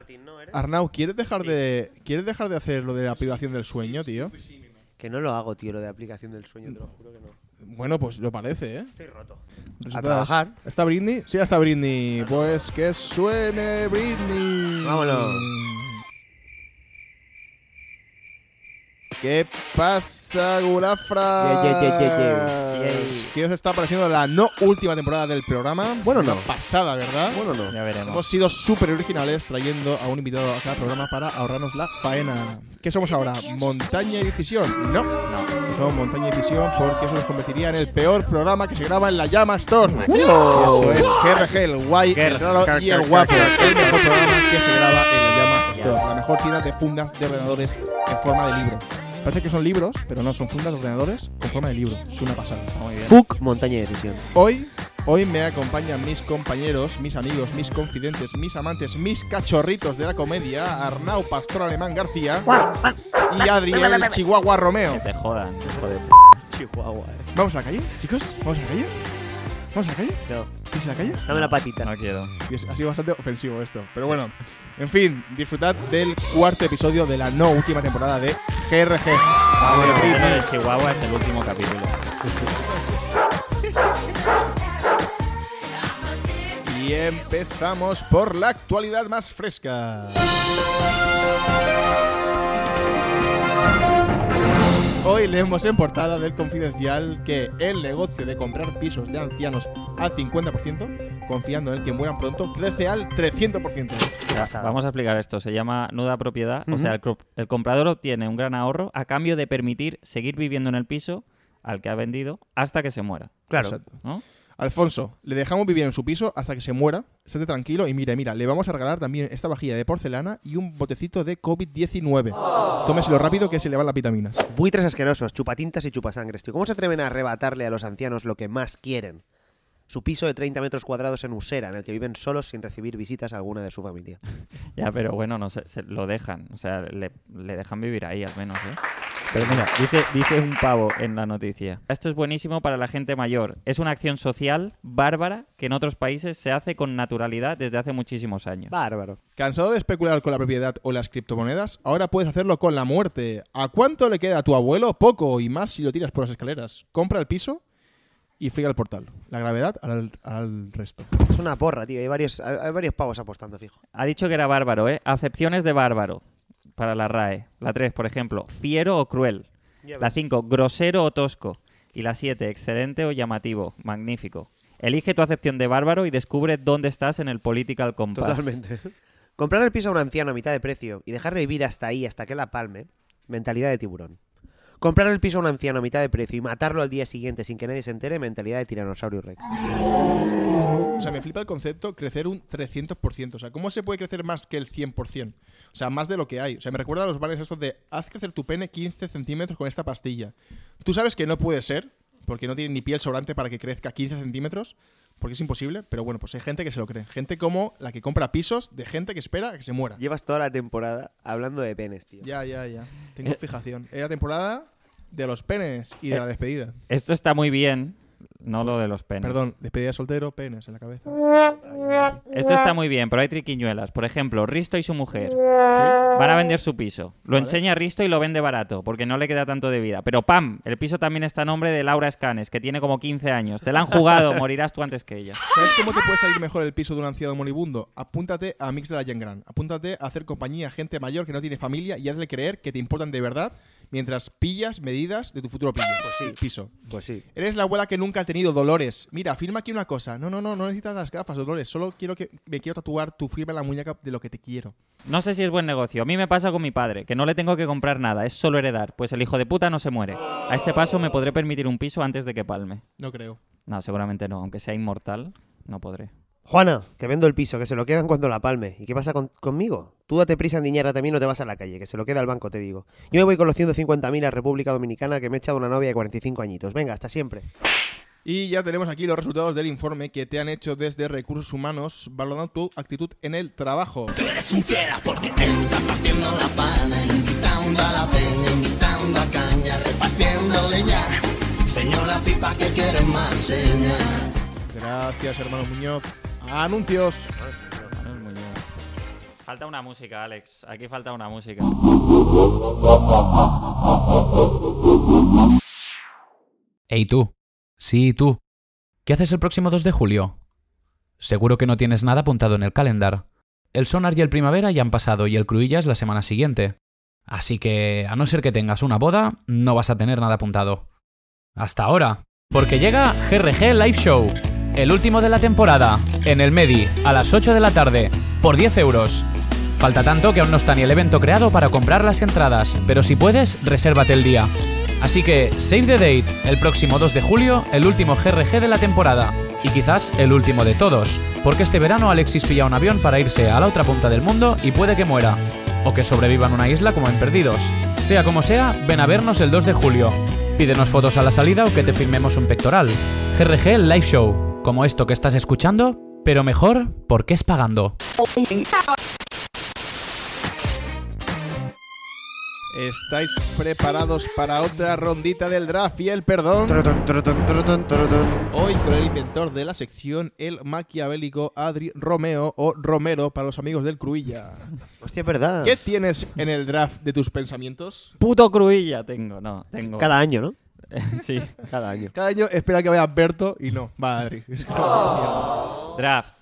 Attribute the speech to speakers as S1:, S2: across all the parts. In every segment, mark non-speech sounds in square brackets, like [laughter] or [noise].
S1: Martín, ¿no? ¿Eres?
S2: Arnau, ¿quieres dejar de quieres dejar de hacer lo de la privación del sueño, tío?
S1: Que no lo hago, tío, lo de aplicación del sueño, te lo juro que no.
S2: Bueno, pues lo parece, ¿eh?
S1: Estoy roto.
S2: Resulta-
S3: trabajar.
S2: Pues ¿Está Britney? Sí, está Britney. Pues que suene Britney.
S1: Vámonos.
S2: ¿Qué pasa, Gulafra?
S1: Ye, ye, ye, ye, ye. Ye.
S2: ¿Qué os está pareciendo la no última temporada del programa?
S1: Bueno, no.
S2: Una pasada, ¿verdad?
S1: Bueno, no.
S3: Ya veremos.
S2: Hemos sido súper originales trayendo a un invitado a cada programa para ahorrarnos la faena. ¿Qué somos ahora? ¿Montaña y Decisión? No, no. Somos Montaña y Decisión porque eso nos convertiría en el peor programa que se graba en la Llama Store. Eso es GRG, el guay, el
S3: GRG,
S2: raro y el
S3: GRG.
S2: guapo. El mejor programa que se graba en la Llama Store. La mejor tienda de fundas de ordenadores en forma de libro. Parece que son libros, pero no, son fundas de ordenadores con forma de libro. Es una pasada. Está muy bien.
S1: Fuck montaña de decisión.
S2: Hoy, hoy me acompañan mis compañeros, mis amigos, mis confidentes, mis amantes, mis cachorritos de la comedia, Arnau Pastor Alemán García y Adriel Chihuahua Romeo.
S3: Te jodan, te joden.
S1: Chihuahua, eh.
S2: ¿Vamos a la calle, chicos? ¿Vamos a la calle? ¿Vamos a la calle?
S1: No,
S2: ¿Vamos a la calle?
S1: dame la patita.
S3: No quiero.
S2: Dios, ha sido bastante ofensivo esto, pero bueno. En fin, disfrutad del cuarto episodio de la no última temporada de GRG.
S3: Bueno,
S2: Sí,
S3: el de Chihuahua es el último capítulo.
S2: Y empezamos por la actualidad más fresca. Hoy leemos en portada del Confidencial que el negocio de comprar pisos de ancianos al 50%, confiando en el que mueran pronto, crece al 300%.
S1: Pasada.
S3: Vamos a explicar esto. Se llama nuda propiedad. O sea, el, cro- el comprador obtiene un gran ahorro a cambio de permitir seguir viviendo en el piso al que ha vendido hasta que se muera.
S1: Claro.
S2: Exacto.
S3: ¿no?
S2: Alfonso, le dejamos vivir en su piso hasta que se muera. Estate tranquilo y mira, mira, le vamos a regalar también esta vajilla de porcelana y un botecito de COVID-19. Tómeselo rápido que se le van las vitaminas.
S1: Buitres asquerosos, chupatintas y chupasangres, tío. ¿Cómo se atreven a arrebatarle a los ancianos lo que más quieren? Su piso de 30 metros cuadrados en Usera, en el que viven solos sin recibir visitas a alguna de su familia.
S3: Ya, pero bueno, no sé, se lo dejan. O sea, le, le dejan vivir ahí al menos, ¿eh? Pero mira, dice, dice un pavo en la noticia. Esto es buenísimo para la gente mayor. Es una acción social bárbara que en otros países se hace con naturalidad desde hace muchísimos años.
S1: Bárbaro.
S2: ¿Cansado de especular con la propiedad o las criptomonedas? Ahora puedes hacerlo con la muerte. ¿A cuánto le queda a tu abuelo? Poco y más si lo tiras por las escaleras. Compra el piso y friga el portal. La gravedad al, al resto.
S1: Es una porra, tío. Hay varios, hay, hay varios pavos apostando, fijo.
S3: Ha dicho que era bárbaro, ¿eh? Acepciones de bárbaro para la RAE. La 3, por ejemplo, fiero o cruel.
S1: Ya
S3: La
S1: ves.
S3: 5, grosero o tosco. Y la 7, excelente o llamativo. Magnífico. Elige tu acepción de bárbaro y descubre dónde estás en el political compass.
S1: Totalmente. [laughs] Comprar el piso a un anciano a mitad de precio y dejarle vivir hasta ahí, hasta que la palme. Mentalidad de tiburón. Comprar el piso a un anciano a mitad de precio y matarlo al día siguiente sin que nadie se entere. Mentalidad de tiranosaurio rex.
S2: O sea, me flipa el concepto crecer un 300%. O sea, ¿cómo se puede crecer más que el 100%? O sea, más de lo que hay. O sea, me recuerda a los bares estos de haz crecer tu pene 15 centímetros con esta pastilla. Tú sabes que no puede ser, porque no tiene ni piel sobrante para que crezca 15 centímetros, porque es imposible, pero bueno, pues hay gente que se lo cree. Gente como la que compra pisos de gente que espera a que se muera.
S1: Llevas toda la temporada hablando de penes, tío.
S2: Ya, ya, ya. Tengo fijación. Era temporada de los penes y de
S3: Eh.
S2: la despedida.
S3: Esto está muy bien, no lo de los penes.
S2: Perdón, despedida de soltero, penes en la cabeza.
S3: Esto está muy bien, pero hay triquiñuelas. Por ejemplo, Risto y su mujer van a vender su piso. Lo enseña Risto y lo vende barato, porque no le queda tanto de vida. Pero ¡pam! El piso también está a nombre de Laura Escanes, que tiene como 15 años. Te la han jugado, morirás tú antes que ella.
S2: ¿Sabes cómo te puede salir mejor el piso de un anciano moribundo? Apúntate a Mix de la Gen Gran. Apúntate a hacer compañía a gente mayor que no tiene familia y hazle creer que te importan de verdad mientras pillas medidas de tu futuro piso.
S1: Pues sí.
S2: piso.
S1: Pues sí.
S2: Eres la abuela que nunca ha tenido dolores. Mira, firma aquí una cosa. No, no, no, no necesitas las gafas, dolores. Solo quiero que me quiero tatuar tu firma en la muñeca de lo que te quiero.
S3: No sé si es buen negocio. A mí me pasa con mi padre, que no le tengo que comprar nada, es solo heredar, pues el hijo de puta no se muere. A este paso me podré permitir un piso antes de que palme.
S2: No creo.
S3: No, seguramente no. Aunque sea inmortal, no podré.
S1: Juana, que vendo el piso, que se lo quedan cuando la palme. ¿Y qué pasa con- conmigo? Tú date prisa en diñarra también, no te vas a la calle, que se lo queda al banco, te digo. Yo me voy con los 150.000 a República Dominicana, que me he echado una novia de 45 añitos. Venga, hasta siempre.
S2: Y ya tenemos aquí los resultados del informe que te han hecho desde Recursos Humanos valorando tu actitud en el trabajo.
S4: eres un fiera porque te gusta partiendo la pana, invitando a la peña, invitando a caña, repartiendo leña. Señora pipa que quiere más señas.
S2: Gracias, hermano Muñoz. Anuncios.
S3: Falta una música, Alex. Aquí falta una música.
S5: Ey tú, sí tú, ¿qué haces el próximo 2 de julio? Seguro que no tienes nada apuntado en el calendar. El Sonar y el Primavera ya han pasado y el Cruillas la semana siguiente. Así que, a no ser que tengas una boda, no vas a tener nada apuntado. Hasta ahora, porque llega GRG Live Show, el último de la temporada, en el Medi, a las 8 de la tarde, por 10 euros. Falta tanto que aún no está ni el evento creado para comprar las entradas, pero si puedes, resérvate el día. Así que, save the date, el próximo 2 de julio, el último GRG de la temporada. Y quizás el último de todos, porque este verano Alexis pilla un avión para irse a la otra punta del mundo y puede que muera. O que sobreviva en una isla como en Perdidos. Sea como sea, ven a vernos el 2 de julio. Pídenos fotos a la salida o que te filmemos un pectoral. GRG Live Show, como esto que estás escuchando, pero mejor porque es pagando.
S2: ¿Estáis preparados para otra rondita del draft y el perdón?
S1: Trotón, trotón, trotón, trotón.
S2: Hoy con el inventor de la sección, el maquiavélico Adri Romeo o Romero para los amigos del Cruilla.
S1: Hostia, es verdad.
S2: ¿Qué tienes en el draft de tus pensamientos?
S3: Puto Cruilla tengo, no, tengo.
S1: Cada año, ¿no?
S3: [laughs] sí, cada año.
S2: Cada año espera que vaya Berto y no, va Adri.
S3: [laughs]
S2: [laughs]
S3: Draft.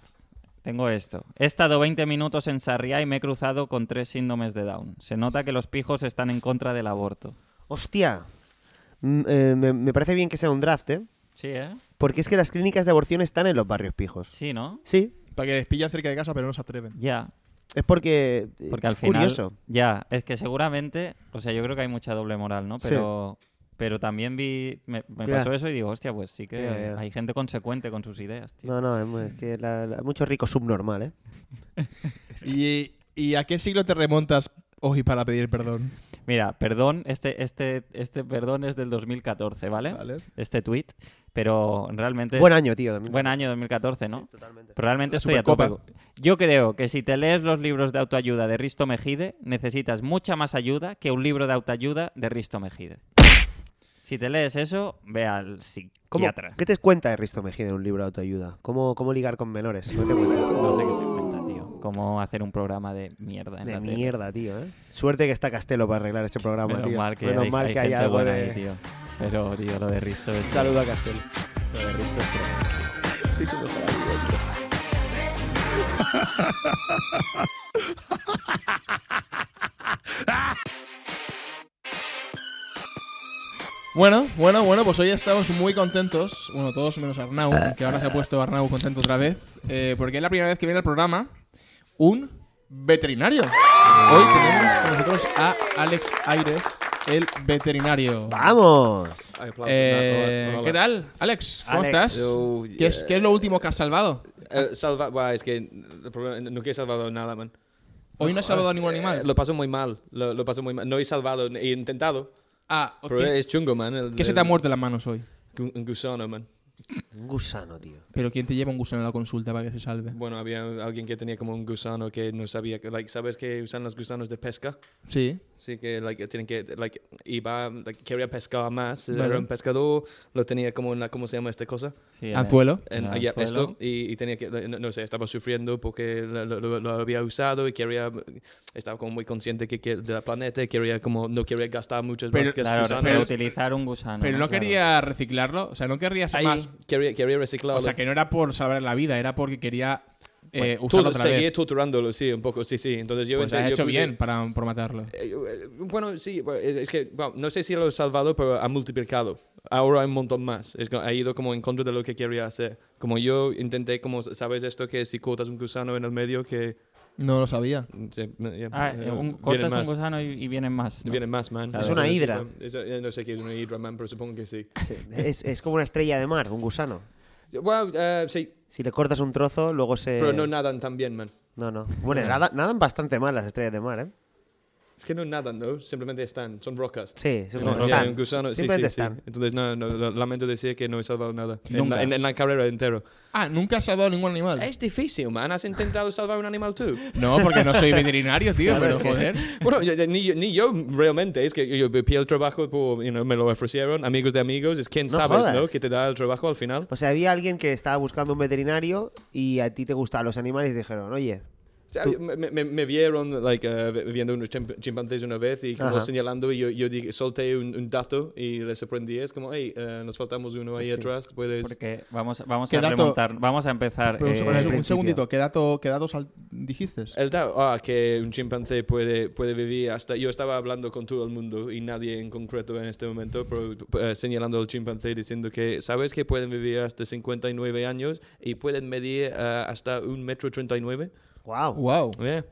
S3: Tengo esto. He estado 20 minutos en Sarriá y me he cruzado con tres síndromes de Down. Se nota que los pijos están en contra del aborto.
S1: Hostia. Mm, eh, me, me parece bien que sea un draft, ¿eh?
S3: Sí, ¿eh?
S1: Porque es que las clínicas de aborción están en los barrios pijos.
S3: Sí, ¿no?
S1: Sí,
S2: para que les pillan cerca de casa, pero no se atreven.
S3: Ya.
S1: es porque, eh,
S3: Porque
S1: es
S3: al final.
S1: curioso.
S3: Ya, es que seguramente. O sea, yo creo que hay mucha doble moral, ¿no? Pero. Pero también vi. Me, me
S1: Ya.
S3: pasó eso y digo, hostia, pues sí que
S1: Ya, ya.
S3: hay gente consecuente con sus ideas, tío.
S1: No, no, es muy- es que la, la- mucho rico subnormal, ¿eh?
S2: ¿Y, y a qué siglo te remontas hoy para pedir perdón?
S3: Mira, perdón, este, este, este perdón es del 2014, ¿vale?
S2: Vale.
S3: Este tweet. Pero realmente.
S1: Buen año, tío. también.
S3: Buen año 2014, ¿no?
S1: Totalmente.
S3: Pero realmente
S2: La
S3: estoy a
S2: Supercopa.
S3: tope. Yo creo que si te lees los libros de autoayuda de Risto Mejide, necesitas mucha más ayuda que un libro de autoayuda de Risto Mejide. Si te lees eso, ve al
S1: ¿Cómo-
S3: psiquiatra.
S1: ¿Qué te cuenta de Risto Mejide en un libro de autoayuda? ¿Cómo, cómo ligar con menores? No te cuenta.
S3: No sé qué te cuenta, tío. Cómo hacer un programa de mierda en
S1: De
S3: la tele.
S1: mierda, tío, ¿eh? Suerte que está Castelo para arreglar este programa,
S3: Menos
S1: tío.
S3: mal que
S1: Menos
S3: hay,
S1: mal
S3: hay
S1: que hay
S3: gente
S1: algo
S3: buena
S1: de-
S3: ahí, tío. Pero, tío, lo de Risto es...
S1: Saludo a Castelo.
S3: Lo de Risto es... tremendo.
S2: Bueno, bueno, bueno, pues hoy estamos muy contentos. Bueno, todos menos Arnau, que ahora se ha puesto Arnau contento otra vez. eh, porque es la primera vez que viene al programa un veterinario. Hoy tenemos con nosotros a Alex Aires, el veterinario.
S1: ¡Vamos!
S2: Eh, ¿Qué tal, Alex? ¿Cómo
S3: Alex.
S2: estás?
S6: Yo,
S2: ¿Qué es,
S6: eh,
S2: qué es lo último que has salvado?
S6: eh, salva- buah, es que el problema- no que he salvado nada, man.
S2: Hoy no has salvado a ningún
S6: Eh,
S2: animal.
S6: Lo paso muy mal, lo, lo paso muy mal. No he salvado, he intentado,
S2: Ah,
S6: pero
S2: ¿qué,
S6: es chungo, man. el-
S2: qué se te ha
S6: el-
S2: muerto en las manos hoy?
S6: gu- Un gusano, man.
S1: Un gusano, tío.
S2: Pero ¿quién te lleva un gusano a la consulta para que se salve?
S6: Bueno, había alguien que tenía como un gusano que no sabía, que, like, ¿sabes que usan los gusanos de pesca?
S2: Sí.
S6: Así que, like, tienen que, like, iba, like, quería pescar más,
S2: Vale.
S6: era un pescador, lo tenía como una, ¿cómo se llama esta cosa?
S3: Sí, en-
S2: Anzuelo.
S6: en
S3: en
S6: allá,
S3: anzuelo.
S6: esto y, y tenía que no, no sé estaba sufriendo porque lo, lo- lo había usado y quería estaba como muy consciente que, que de la planeta y quería como no quería gastar muchas
S2: Pero-
S6: más que
S3: Claro,
S6: gusanos.
S2: pero-
S3: reutilizar un gusano.
S2: Pero no
S3: Claro.
S2: quería reciclarlo, o sea, no querría ser
S6: Ahí
S2: más.
S6: quería quería reciclarlo
S2: O sea, que no era por salvar la vida, era porque quería eh,
S6: Todo-
S2: usarlo otra
S6: seguía
S2: vez.
S6: torturándolo sí un poco sí sí entonces yo
S2: Pues
S6: ente-
S2: has
S6: yo
S2: hecho
S6: pude-
S2: bien para, por matarlo.
S6: Eh, eh, bueno sí bueno, eh, es que bueno, no sé si lo he salvado pero ha multiplicado ahora hay un montón más es que ha ido como en contra de lo que quería hacer como yo intenté como sabes esto que si cortas un gusano en el medio que
S2: No lo sabía.
S6: se- ya,
S3: Ah,
S6: eh,
S3: eh, un-
S6: vienen
S3: cortas un
S6: más.
S3: gusano y, y vienen más. ¿no?
S6: Vienen más, man.
S3: Claro.
S1: Es una hidra.
S6: Es- eh, no sé qué es una hidra, man, pero supongo que sí.
S1: Sí, Es, es como una estrella de mar, un gusano.
S6: Bueno, eh, sí,
S1: Si le cortas un trozo, luego se...
S6: pero no nadan tan bien, man.
S1: No, no. Bueno, nada- nadan bastante mal las estrellas de mar, ¿eh?
S6: Es que no nadan, ¿no? Simplemente están, son rocas.
S1: Sí, son
S6: Eh,
S1: como
S6: eh,
S1: están.
S6: un gusano, sí,
S1: Simplemente
S6: sí, sí.
S1: están.
S6: Entonces, no, no, lo- lamento decir que no he salvado nada. En
S3: Nunca.
S6: la, en- en la carrera entero.
S2: Ah, nunca has salvado ningún animal.
S6: Es difícil, man. ¿Has intentado salvar un animal
S3: [laughs]
S6: tú?
S2: No, porque no soy veterinario, tío, pero
S6: es que-
S2: joder.
S6: Bueno, yo- yo- ni, yo- ni yo realmente. Es que yo, yo pillé el trabajo, por, you know, me lo ofrecieron, amigos de amigos. Es quien
S1: No
S6: sabes,
S1: jodas.
S6: ¿no? Que te da el trabajo al final.
S1: O sea, había alguien que estaba buscando un veterinario y a ti te gustaban los animales y dijeron, oye,
S6: O sea, me, me- me vieron like, eh, viendo unos chimp- chimpancés una vez y como
S1: Ajá.
S6: señalando y yo, yo dije- solté un, un dato y les sorprendí. Es como, hey, eh, nos faltamos uno ahí atrás, puedes...
S3: Porque vamos, vamos
S2: ¿Qué
S3: a
S2: dato?
S3: remontar, vamos a empezar.
S2: Pero un,
S3: eh,
S2: seg-
S3: por
S2: un
S3: el
S2: seg- un
S3: principio.
S2: segundito, ¿qué dato, qué datos al- dijiste?
S6: El dato, ah, que un chimpancé puede, puede vivir hasta... Yo estaba hablando con todo el mundo y nadie en concreto en este momento, pero eh, señalando al chimpancé diciendo que, ¿sabes que pueden vivir hasta 59 años y pueden medir eh, hasta un metro 39?
S1: Wow.
S2: Wow.
S6: Yeah.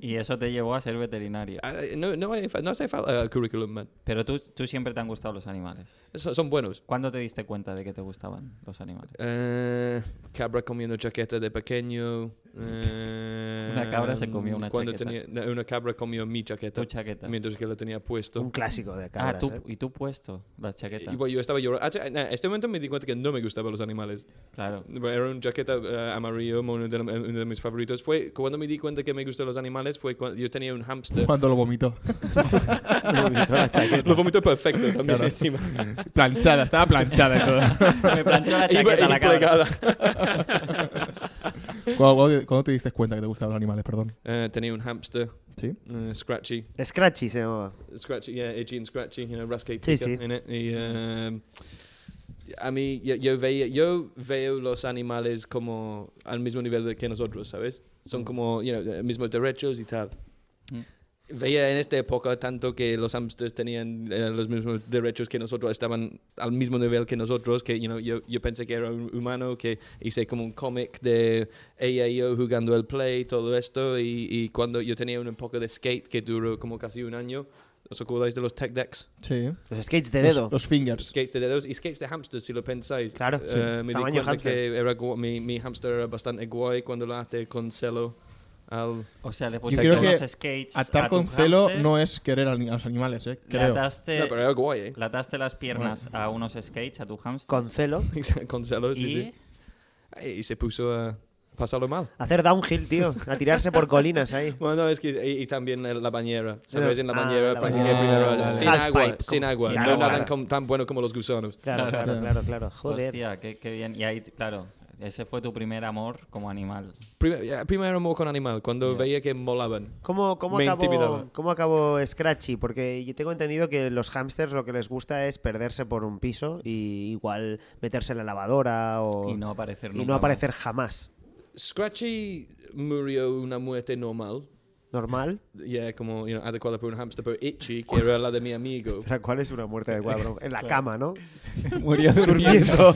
S3: Y eso te llevó a ser veterinario.
S6: Ah, No, no, hay fa- no hace falta eh, currículum, man.
S3: Pero tú, tú siempre te han gustado los animales.
S6: So- son buenos.
S3: ¿Cuándo te diste cuenta de que te gustaban los animales?
S6: Eh, cabra comiendo chaqueta de pequeño. eh,
S3: [laughs] Una cabra se comió una
S6: cuando
S3: chaqueta.
S6: Tenía, no, una cabra comió mi chaqueta.
S3: Tu chaqueta.
S6: Mientras que la tenía puesto.
S1: Un clásico de cabras,
S3: Ah, tú,
S1: ¿eh?
S3: y tú puesto las chaquetas.
S6: Y bueno, yo estaba llorando. Ah, En este momento me di cuenta que no me gustaban los animales. [laughs]
S3: Claro.
S6: Era una chaqueta eh, amarillo, uno de, uno de mis favoritos. Fue cuando me di cuenta que me gustan los animales, fue cuando yo tenía un
S2: [laughs]
S6: hámster.
S2: Cuando lo vomitó.
S6: [laughs] Lo vomito perfecto también encima.
S2: [laughs] planchada, estaba planchada y todo.
S3: [laughs]
S6: [laughs]
S2: [laughs]
S3: Me planchó la
S6: Y-
S3: chaqueta
S6: y
S3: la cabra.
S6: plegada.
S2: ¿Cuándo, cuándo te- cuándo te diste cuenta que te gustaban los animales, perdón?
S6: Eh, tenía un hámster,
S2: ¿Sí?
S6: eh, Scratchy.
S1: Scratchy se llamaba.
S6: Scratchy, yeah, itchy and scratchy, you know, Rascape
S1: Sí,
S6: sí,
S1: sí.
S6: in it. Y, um, a mí, yo, yo veo, yo veo los animales como al mismo nivel de que nosotros, ¿sabes?
S1: Mm.
S6: Son como, you know, eh, mismos derechos y tal.
S3: Mm.
S6: Veía en esta época tanto que los hamsters tenían eh, los mismos derechos que nosotros, estaban al mismo nivel que nosotros, que you know, yo, yo pensé que era un humano, que hice como un cómic de ella y yo jugando el play, todo esto, y, y cuando yo tenía un poco de skate que duró como casi un año, ¿Os acordáis de los tech decks?
S2: Sí.
S1: Los skates de dedo.
S2: Los, los fingers.
S6: Skates de dedos y skates de hamsters, si lo pensáis.
S1: Claro,
S6: Eh,
S1: sí.
S6: me di
S1: Tamaño
S6: cuenta
S1: hámster.
S6: que era gu- mi, mi hamster era bastante guay cuando lo hace con celo al...
S3: O sea, le pusiste
S6: creo
S3: unos
S2: que
S3: skates.
S2: Atar
S3: a tu
S2: con celo
S3: hámster,
S2: no es querer a ni- a los animales, ¿eh?
S3: Le
S2: Creo.
S3: ataste,
S6: No, pero era guay, ¿eh? [laughs]
S3: le ataste las piernas a unos skates a tu hamster.
S1: Con celo.
S6: con celo, sí,
S3: y
S6: sí. Ay, Y se puso a pasarlo mal.
S1: Hacer downhill, tío. A tirarse por colinas ahí.
S6: Bueno, es que... Y, y también el- la bañera. ¿Sabes? En la
S1: Ah,
S6: bañera
S1: la
S6: practiqué
S1: bañera.
S6: primero
S2: Ah,
S6: sin
S1: vale.
S6: agua,
S1: Halfpipe,
S6: sin
S1: como-
S6: agua.
S1: sin
S6: no
S1: agua.
S6: nadan com- tan bueno como los gusanos.
S1: Claro, claro, claro, claro. Joder.
S3: Hostia, qué, qué bien. Y ahí, claro, ese fue tu primer amor como animal.
S6: Primer- eh, primero amor con animal, cuando veía que molaban.
S1: ¿Cómo, cómo,
S6: Me
S1: acabó,
S6: intimidaba.
S1: ¿Cómo acabó Scratchy? Porque yo tengo entendido que los hámsters lo que les gusta es perderse por un piso y igual meterse en la lavadora o...
S3: Y no aparecer
S1: y no
S3: nunca más.
S1: aparecer jamás.
S6: Scratchy murió una muerte normal.
S1: ¿Normal?
S6: Yeah, como you know, adecuada para un hamster, pero Itchy, que era la de mi amigo.
S1: Pero ¿cuál es una muerte de cuadro? En la cama,
S3: [laughs]
S1: ¿no?
S2: [laughs] Murió
S1: [laughs] Durmiendo.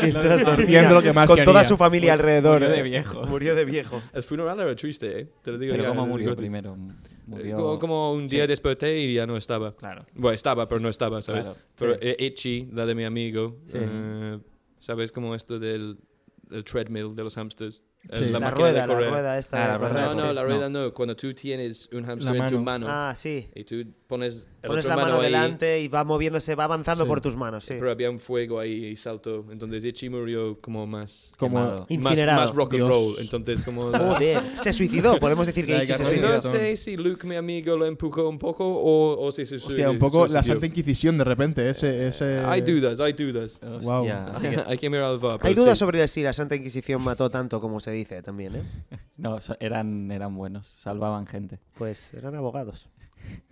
S1: Mientras dormía.
S2: Haciendo lo que más
S1: Con
S2: quería.
S1: toda su familia alrededor.
S3: murió de
S1: ¿eh? [laughs]
S3: viejo.
S1: Murió de viejo.
S6: El funeral era triste, ¿eh? Te lo digo
S3: Pero
S6: ya,
S3: ¿cómo
S6: eh,
S3: murió
S6: gratis.
S3: primero?
S6: Eh,
S3: Murió...
S6: Como, como un día desperté y ya no estaba.
S3: Claro.
S6: Bueno, estaba, pero no estaba, ¿sabes?
S3: Claro,
S6: pero
S1: sí.
S6: eh, Itchy, la de mi amigo,
S1: Sí.
S6: eh, ¿sabes como esto del del treadmill de los hamsters? Eh,
S2: Sí.
S1: La,
S6: máquina
S1: rueda,
S6: de
S1: la
S6: correr.
S1: rueda esta.
S3: Ah,
S1: de
S3: la rueda
S1: correr,
S6: No, no,
S1: sí.
S6: la
S3: No.
S6: rueda no. Cuando tú tienes un hamster en tu mano
S1: Ah, sí.
S6: y tú pones el
S1: Pones
S6: otro
S1: la mano
S6: mano ahí,
S1: delante y va moviéndose, va avanzando
S2: Sí.
S1: por tus manos, sí.
S6: pero había un fuego ahí y saltó. Entonces Itchy murió como más...
S2: Como
S3: Quemado.
S1: Incinerado.
S6: Más, más rock and
S2: Dios.
S6: roll. Entonces, como.
S1: Joder, se suicidó. Podemos decir que
S2: La
S1: Ichi se
S2: garganta.
S1: suicidó.
S6: no
S2: Dios.
S6: sé si Luke, mi amigo, lo empujó un poco o, o si se suicidó.
S2: Hostia, un poco la Santa
S6: suicidió.
S2: Inquisición de repente, ese... ese...
S6: Hay dudas, hay dudas. [laughs]
S2: Wow.
S3: Hostia, así que-
S6: Hay que mirar al VAR.
S1: Ah. Hay
S6: pero
S1: dudas
S6: Pues sí.
S1: sobre si la Santa Inquisición mató tanto como se dice también, ¿eh?
S3: No, so- eran, eran buenos, salvaban gente.
S1: Pues eran abogados.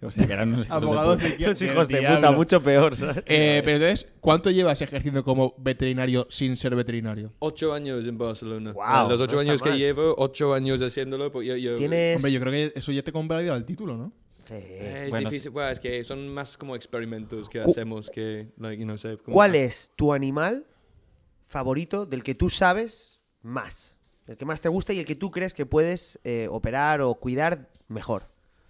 S3: O sea, que eran unos hijos de
S2: Abogados
S3: puta.
S2: de
S1: [laughs] Los hijos de puta, mucho peor, ¿sabes?
S2: Eh, pero entonces, ¿cuánto llevas ejerciendo como veterinario sin ser veterinario?
S6: Ocho años en Barcelona.
S1: Guau,
S6: Eh, los ocho
S1: no está
S6: años que
S1: mal.
S6: llevo, ocho años haciéndolo. Pues yo, yo-
S1: Tienes...
S2: Hombre, yo creo que eso ya te convalida el título, ¿no?
S1: Sí.
S6: Eh, Es
S3: Bueno,
S6: difícil, bueno, es que son más como experimentos que
S1: Cu-
S6: hacemos que, like, no sé. como-
S1: ¿Cuál es tu animal favorito del que tú sabes más? El que más te gusta y el que tú crees que puedes eh, operar o cuidar mejor.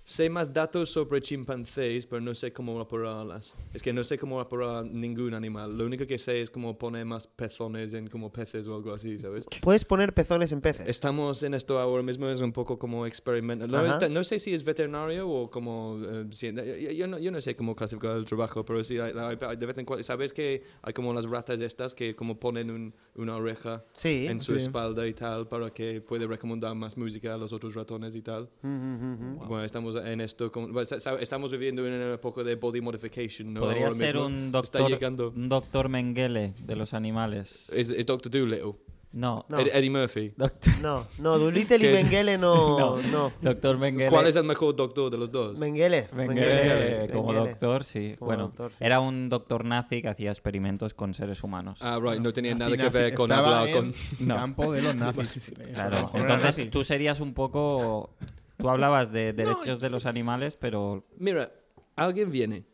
S6: Sé más datos sobre chimpancés, pero no sé cómo operarlas. Es que no sé cómo operar ningún animal. Lo único que sé es cómo poner más pezones en como peces o algo así, ¿sabes?
S1: Puedes poner pezones en peces.
S6: Estamos en esto ahora mismo, es un poco como experimento. No,
S1: Ajá.
S6: es tan- no sé si es veterinario o como... eh, si- yo, yo no, yo no sé cómo clasificar el trabajo, pero sí, hay- hay- de vez en cuando, ¿sabes que hay como las ratas estas que como ponen un- una oreja
S1: Sí.
S6: en su
S2: Sí.
S6: espalda y tal para que puede recomendar más música a los otros ratones y tal? Bueno, estamos en esto, como- bueno, sa- sa- estamos viviendo en una época de body modification, ¿no?
S3: Podría
S6: Ahora
S3: ser
S6: mismo.
S3: un
S6: Está
S3: doctor,
S6: llegando...
S3: un doctor Mengele de los animales.
S6: Es, es Dr. Doolittle.
S3: No.
S1: No.
S6: Ed- Eddie Murphy.
S3: Doctor,
S1: No, no, Doolittle y
S6: Que-
S1: Mengele no.
S3: No.
S1: No.
S3: doctor Mengele.
S6: ¿Cuál es el mejor doctor de los dos?
S1: Mengele.
S3: Mengele, eh,
S1: Mengele,
S3: como
S1: Mengele.
S3: doctor, sí.
S1: Como
S3: bueno,
S1: doctor, sí.
S3: era un doctor nazi que hacía experimentos con seres humanos.
S6: Ah, right, no tenía nada
S2: Nazi,
S6: que ver
S2: nazi.
S6: con
S2: Estaba
S6: hablar
S2: en [laughs]
S6: con...
S3: No.
S2: campo
S3: [laughs]
S2: de los nazis.
S3: claro.
S2: Eso,
S3: Entonces
S2: nazi.
S3: tú serías un poco... Tú hablabas
S6: [laughs]
S3: de derechos de los animales, pero...
S6: Mira, alguien viene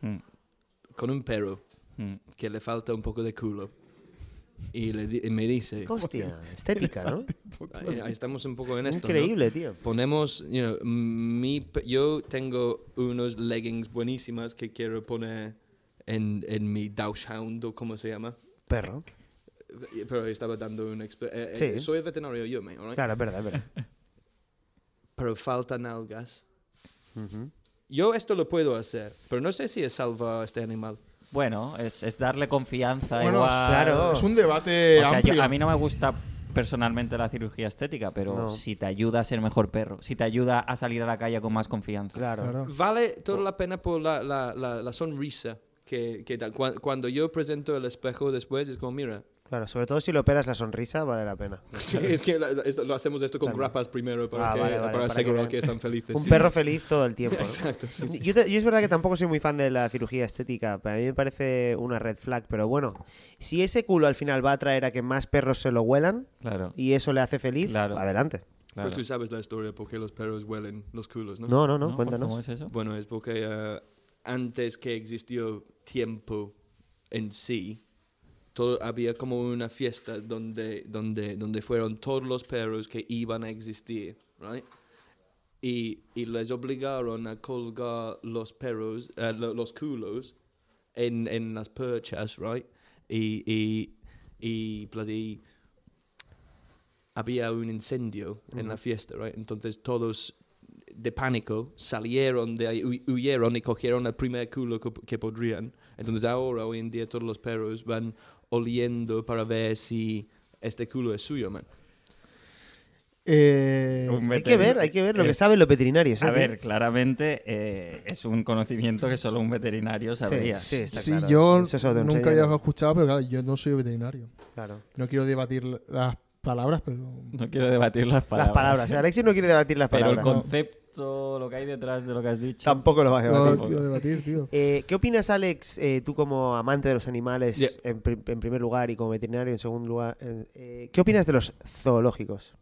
S3: mm,
S6: con un perro
S3: mm.
S6: que le falta un poco de culo y, le di- y me dice,
S1: Hostia, estética, ¿no?
S6: "Ahí- ahí estamos un poco en esto. ¿no?
S1: Increíble, tío.
S6: Ponemos, you know, mi, pe- yo tengo unos leggings buenísimas que quiero poner en, en mi Dachshund o como se llama.
S1: Perro.
S6: Pero estaba dando un... exp- eh, eh,
S1: Sí.
S6: Soy veterinario yo, mate, alright?
S1: Claro, es verdad, es verdad.
S6: pero faltan algas. Yo esto lo puedo hacer, pero no sé si es salva a este animal.
S3: Bueno, es, es darle confianza
S2: Bueno,
S3: igual.
S1: claro.
S2: Es un debate
S3: O sea, yo-
S2: amplio.
S3: a mí no me gusta personalmente la cirugía estética, pero
S1: No.
S3: si te ayuda a ser mejor perro, si te ayuda a salir a la calle con más confianza.
S1: Claro.
S2: Claro.
S6: Vale toda la pena por la, la, la, la sonrisa que, que da. Cuan- Cuando yo presento el espejo después, es como, mira, [laughs]
S1: Claro, sobre todo si lo operas la sonrisa, vale la pena.
S6: es que la- esto- lo hacemos esto con
S1: Claro.
S6: grapas primero para,
S1: Ah,
S6: que-
S1: vale, vale,
S6: para
S1: para que
S6: asegurar
S1: vean.
S6: que, están felices.
S1: Un
S6: Sí,
S1: perro
S6: sí.
S1: feliz todo el tiempo. ¿no?
S6: Exacto, Pues sí, sí.
S1: Yo, te- yo es verdad que tampoco soy muy fan de la cirugía estética. Para mí me parece una red flag, pero bueno. Si ese culo al final va a traer a que más perros se lo huelan
S3: Claro.
S1: y eso le hace feliz,
S3: Claro.
S1: adelante.
S3: claro.
S6: Pero tú sabes la historia porque los perros huelen los culos, ¿no?
S1: No, no, no,
S3: ¿No? ¿Cómo
S1: cuéntanos. Pues
S3: es eso?
S6: Bueno, es porque eh, antes que existió tiempo en sí, todo, había como una fiesta donde, donde, donde fueron todos los perros que iban a existir, ¿right? Y, y les obligaron a colgar los perros, eh, lo- los culos, en, en las perchas, ¿right? Y, y, y bloody, había un incendio en la fiesta, ¿right? Entonces todos de pánico salieron de ahí, hu- huyeron y cogieron el primer culo que, que podrían. Entonces ahora, hoy en día, todos los perros van oliendo para ver si este culo es suyo, man.
S2: Eh,
S1: Hay que ver, hay que ver lo que saben los veterinarios. ¿eh,
S3: A
S1: tío?
S3: ver, claramente eh, es un conocimiento que solo un veterinario
S1: sí,
S3: sabría.
S1: sí, está
S2: sí,
S1: claro.
S2: yo
S1: Eso se lo
S2: nunca
S1: enseñan.
S2: había escuchado, pero claro, yo no soy veterinario.
S1: Claro.
S2: No quiero debatir las palabras, pero...
S3: No quiero debatir las
S1: Las
S3: palabras.
S1: palabras. Alexis no quiere debatir las
S3: Pero
S1: palabras.
S3: el concepto, lo que hay detrás de lo que has dicho.
S1: Tampoco lo vas a debatir.
S2: No quiero debatir, tío.
S1: Eh, ¿Qué opinas, Alex, eh, tú como amante de los animales
S6: Yeah.
S1: en, pri- en primer lugar y como veterinario en segundo lugar? eh, eh, ¿Qué opinas de los zoológicos?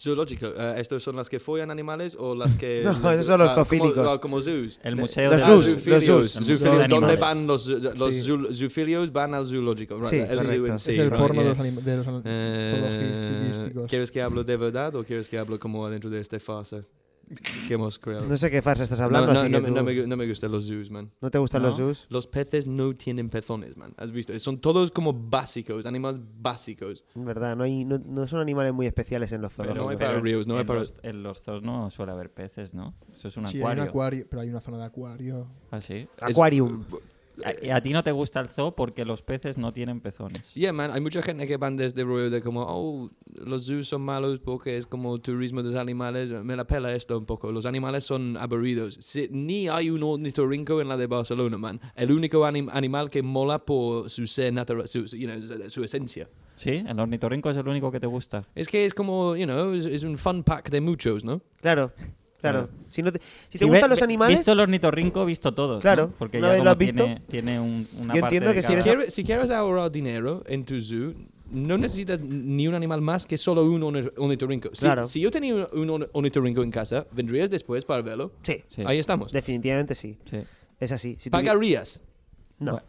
S6: Zoológico, eh, ¿estos son las que follan animales o las que...?
S1: [laughs] No, esos son los
S6: ah, como-
S1: zoofílicos.
S6: ah, Como, zoos.
S3: El museo
S1: Los
S6: Ah,
S3: de
S1: zoos,
S3: animales.
S1: los zoos.
S3: El museo de
S6: Zoofilios. ¿Dónde
S3: animales.
S6: van los, los
S2: Sí.
S6: zoo- zoofilios? Van al zoológico. Right,
S1: Sí,
S6: el zoo
S1: correcto.
S6: en
S1: Es
S6: sí,
S2: es el
S6: right,
S2: porno
S6: yeah.
S2: de los, anim- de los anim-
S6: Eh,
S2: zoologísticos.
S6: ¿Quieres que hablo de verdad o quieres que hablo como dentro de esta fase que hemos creado?
S1: No sé qué farsa estás hablando,
S6: no, no,
S1: así
S6: no
S1: que
S6: me-
S1: tú-
S6: no me, gu- no me gustan los zoos, man.
S1: ¿no te gustan
S3: No.
S1: los zoos?
S6: Los peces no tienen pezones, man. ¿Has visto? Son todos como básicos, animales básicos.
S1: En verdad, no, hay, no, no son animales muy especiales en los
S3: Pero-
S6: no hay
S1: zoológicos.
S6: para
S3: pero en-
S6: ríos, no hay
S3: en
S6: para-
S3: los- En los zoos no suele haber peces, ¿no? Eso es un
S2: Sí, hay
S3: acuario.
S2: un acuario, pero hay una zona de acuario.
S3: ¿Ah, sí?
S6: Es-
S1: Aquarium.
S3: A, a ti no te gusta el zoo porque los peces no tienen pezones.
S6: Yeah, man, hay mucha gente que van desde rollo de como, oh, los zoos son malos porque es como turismo de los animales. Me la pela esto un poco. Los animales son aburridos. Si- ni hay un ornitorrinco en la de Barcelona, man. El único anim- animal que mola por su ser natural, su, su- you know, su- su esencia.
S3: ¿Sí? El ornitorrinco es el único que te gusta.
S6: Es que es como, you know, es, es un fun pack de muchos, ¿no?
S1: Claro, claro.
S3: Claro.
S1: Si, no te, si te
S3: Si ve-
S1: gustan los
S3: ve-
S1: animales,
S3: Visto el ornitorrinco, visto todos.
S1: Claro,
S3: ¿no? Porque
S1: una
S3: ya
S1: vez lo
S3: como
S1: has visto,
S3: tiene, tiene un, una
S1: yo
S3: parte
S1: entiendo
S3: de
S1: que si eres-
S3: cada-
S6: Quiere- si quieres ahorrar dinero en tu zoo, no necesitas ni un animal más que solo un orni- ornitorrinco. Si,
S1: Claro.
S6: si yo tenía un- un orni- ornitorrinco en casa, ¿vendrías después para verlo?
S1: sí,
S3: Sí,
S6: Ahí estamos.
S1: definitivamente sí.
S3: sí.
S1: Es así. Si tuvi-
S6: Pagarías
S1: No,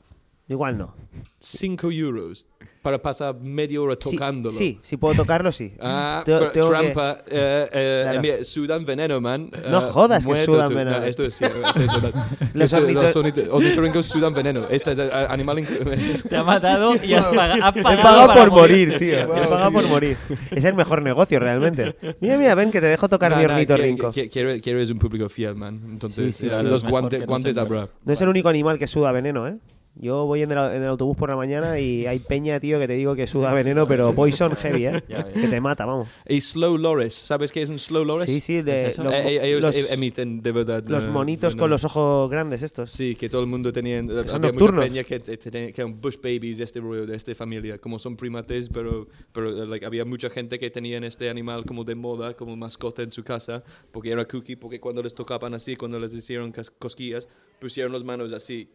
S1: igual no.
S6: 5 euros para pasar media hora
S1: Sí,
S6: tocándolo.
S1: Sí, si puedo tocarlo, sí.
S6: Ah,
S1: Te-
S6: pero
S1: tengo que-
S6: trampa. eh, eh,
S1: Claro.
S6: eh, mira, sudan veneno, man. Eh,
S1: No jodas que
S6: muerto
S1: sudan
S6: tú. No,
S1: veneno.
S6: esto es cierto. esto
S1: [laughs]
S6: es verdad.
S1: Los
S6: Eso,
S1: ornito-
S6: los ornito- ornitorrincos sudan veneno. Este es, eh, animal. [laughs] inclu-
S3: Te ha matado y has, paga- has
S1: He
S3: pagado
S1: pagado
S3: para
S1: por morir, tío. He
S2: Wow,
S1: pagado
S2: tío.
S1: por morir. Es el mejor negocio, realmente. Mira, mira, ven que te dejo [laughs] tocar
S6: No,
S1: mi
S6: no,
S1: ornitorrinco.
S6: que- que- Quiero quiero es un público fiel, man. Entonces,
S1: Sí, sí,
S6: eh,
S3: sí,
S6: los
S3: mejor
S6: guante-
S3: que no
S6: guantes
S3: se muera.
S6: habrá.
S1: No es el único animal que suda veneno, ¿eh? Yo voy en el, en el autobús por la mañana y hay peña, tío, que te digo que suda veneno, pero
S2: [laughs]
S1: poison heavy, ¿eh?
S3: Ya ves.
S1: que te mata, vamos.
S6: Y Slow Loris, ¿sabes qué es un Slow Loris?
S1: Sí, sí, de-
S3: ¿Es eso?
S1: lo-
S6: Eh, eh, ellos
S1: los,
S6: eh, emiten de verdad.
S1: los
S6: eh,
S1: monitos con
S6: veneno.
S1: los ojos grandes estos.
S6: Sí, que todo el mundo tenía.
S1: son
S6: había mucha
S1: nocturnos.
S6: peña que, te- tenía- que eran bush babies de este rollo, de esta familia, como son primates, pero, pero eh, like, había mucha gente que tenían este animal como de moda, como mascota en su casa, porque era cookie, porque cuando les tocaban así, cuando les hicieron cas- cosquillas, pusieron las manos así.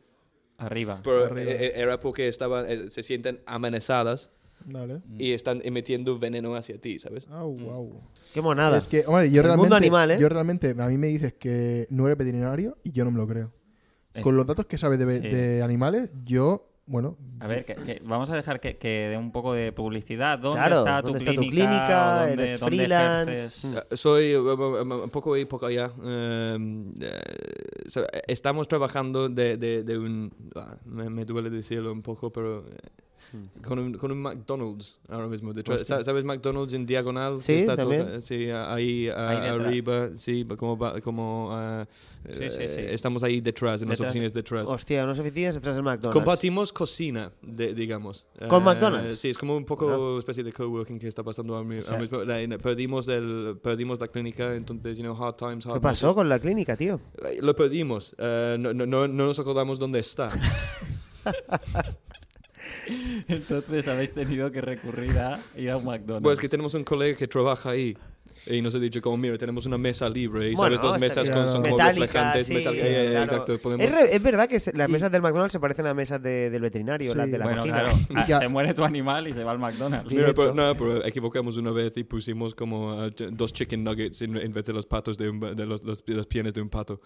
S3: Arriba.
S6: Pero
S2: Arriba.
S6: eh, eh, era porque estaban, eh, se sienten amenazadas
S2: Vale.
S6: y están emitiendo veneno hacia ti, ¿sabes?
S2: Ah,
S3: Mm.
S2: wow.
S1: Qué monada.
S2: Es que, hombre, yo
S1: El
S2: realmente.
S1: mundo animal, ¿eh?
S2: Yo realmente, a mí me dices que no eres veterinario y yo no me lo creo.
S3: Eh,
S2: Con los datos que sabes de, ve-
S3: sí.
S2: de animales, yo, bueno.
S3: A ver, que- que vamos a dejar que, que dé un poco de publicidad. ¿Dónde
S1: Claro,
S3: está tu
S1: ¿dónde está
S3: clínica?
S1: tu clínica?
S3: ¿Dónde-
S1: ¿Eres
S3: dónde
S1: freelance?
S3: ejerces? [laughs]
S1: Mm.
S6: Eh, Soy eh, un poco ahí, poco allá. Em, eh, so- eh, estamos trabajando de, de- de un... ah, me, me duele decirlo un poco, pero... eh, Con un, con un McDonald's ahora mismo. De hecho,
S1: Mm. Hostia.
S6: sa- ¿Sabes McDonald's en diagonal?
S1: Sí, también.
S6: toca- sí, a- ahí, a-
S3: Ahí detrás.
S6: arriba. Sí, como, va- como ah,
S3: Sí, sí,
S6: eh,
S3: sí.
S6: estamos ahí detrás, en
S3: Detrás.
S6: las oficinas detrás.
S1: Hostia, unas oficinas detrás del McDonald's.
S6: Compartimos cocina, de- digamos.
S1: ¿Con
S6: Eh,
S1: McDonald's?
S6: Sí, es como un poco
S1: Bueno.
S6: especie de coworking que está pasando ahora mi-
S3: sea-
S6: ahora mismo. La- en- perdimos, el, perdimos la clínica, entonces, you know, hard times, hard
S1: ¿Qué pasó
S6: notices.
S1: con la clínica, tío?
S6: Eh, Lo perdimos. Eh, no, no, no, no nos acordamos
S1: [laughs]
S6: dónde está.
S3: Entonces habéis tenido que recurrir a ir a un McDonald's.
S6: pues es que tenemos un colega que trabaja ahí. Y nos ha dicho, como, mira, tenemos una mesa libre. Y
S1: Bueno,
S6: sabes, dos
S1: está
S6: mesas
S1: bien.
S6: con, son como
S1: Metálicas,
S6: reflejantes.
S1: sí,
S6: metal- eh, eh,
S1: claro.
S6: Exacto, podemos...
S1: Es, re- es verdad que se- las
S2: Y-
S1: mesas del McDonald's se parecen a las mesas de- del veterinario,
S2: Sí.
S1: las de la
S3: bueno,
S1: cocina. [laughs]
S3: claro.
S2: Y
S3: ah,
S2: ya.
S3: se muere tu animal y se va al McDonald's.
S6: Mira, pero, no, pero equivocamos una vez y pusimos como eh, dos chicken nuggets en, en vez de los patos de, un- de los- los- las piernas de un pato.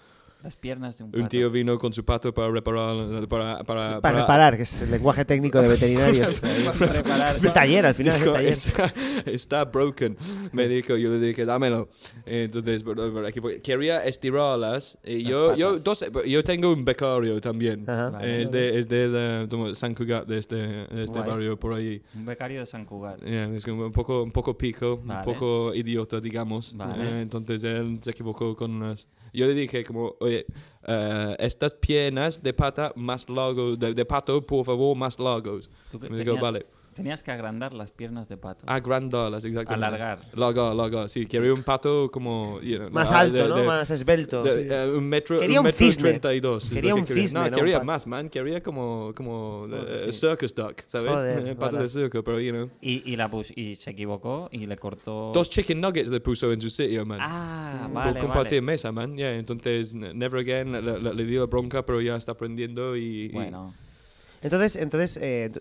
S3: Las piernas de un pato.
S6: Un tío vino con su pato para reparar. Para, Ah, para,
S1: Para
S6: [laughs]
S1: reparar, que es el lenguaje técnico de veterinarios.
S3: Preparar-
S1: Es de taller, al final es de
S6: Dijo,
S1: taller.
S6: está, está broken. Me dijo, yo le dije, dámelo. Entonces, pero- pero aquí fue- quería estirarlas. Y yo, yo,
S3: patas.
S6: dos- yo tengo un becario también.
S1: Ajá.
S3: Vale.
S6: Es de, es de la- como San Cugat, de este, de este
S3: Guay.
S6: barrio por ahí.
S3: Un becario de San Cugat.
S6: Yeah, es como un poco, un poco pico, un
S3: Vale.
S6: poco idiota, digamos.
S3: Vale.
S6: Eh, entonces él se equivocó con unas... Yo le dije como, oye, eh, estas piernas de pata más largos, de, de pato, por favor, más largos.
S3: Tú que
S6: Me dijo,
S3: tenías-
S6: vale.
S3: Tenías que agrandar las piernas de pato.
S6: Ah. Agrandarlas, exactamente.
S3: Alargar.
S6: Largar, largar, sí. Quería un pato como... you know,
S1: Más
S6: ah,
S1: alto,
S6: de-
S1: ¿no?
S6: de-
S1: Más esbelto.
S6: de- eh, un metro,
S1: Quería un
S6: metro
S1: cisne.
S6: 32 es lo
S1: Quería
S6: que
S1: un cisne,
S6: No,
S1: no un
S6: quería
S1: pato.
S6: más, man. Quería como, como eh,
S3: sí.
S6: circus duck, ¿sabes? [laughs]
S1: Joder,
S6: pato
S1: vale.
S6: de circo, pero, you know.
S3: Y, y la pus- y se equivocó y le cortó.
S6: Dos chicken nuggets le puso en su sitio, man.
S3: Ah,
S6: Por
S3: vale.
S6: compartir
S3: vale.
S6: mesa, man. Yeah, entonces, n- never again. Le, le- le dio bronca, pero ya está aprendiendo y... y-
S3: Bueno,
S1: Entonces, entonces eh, t-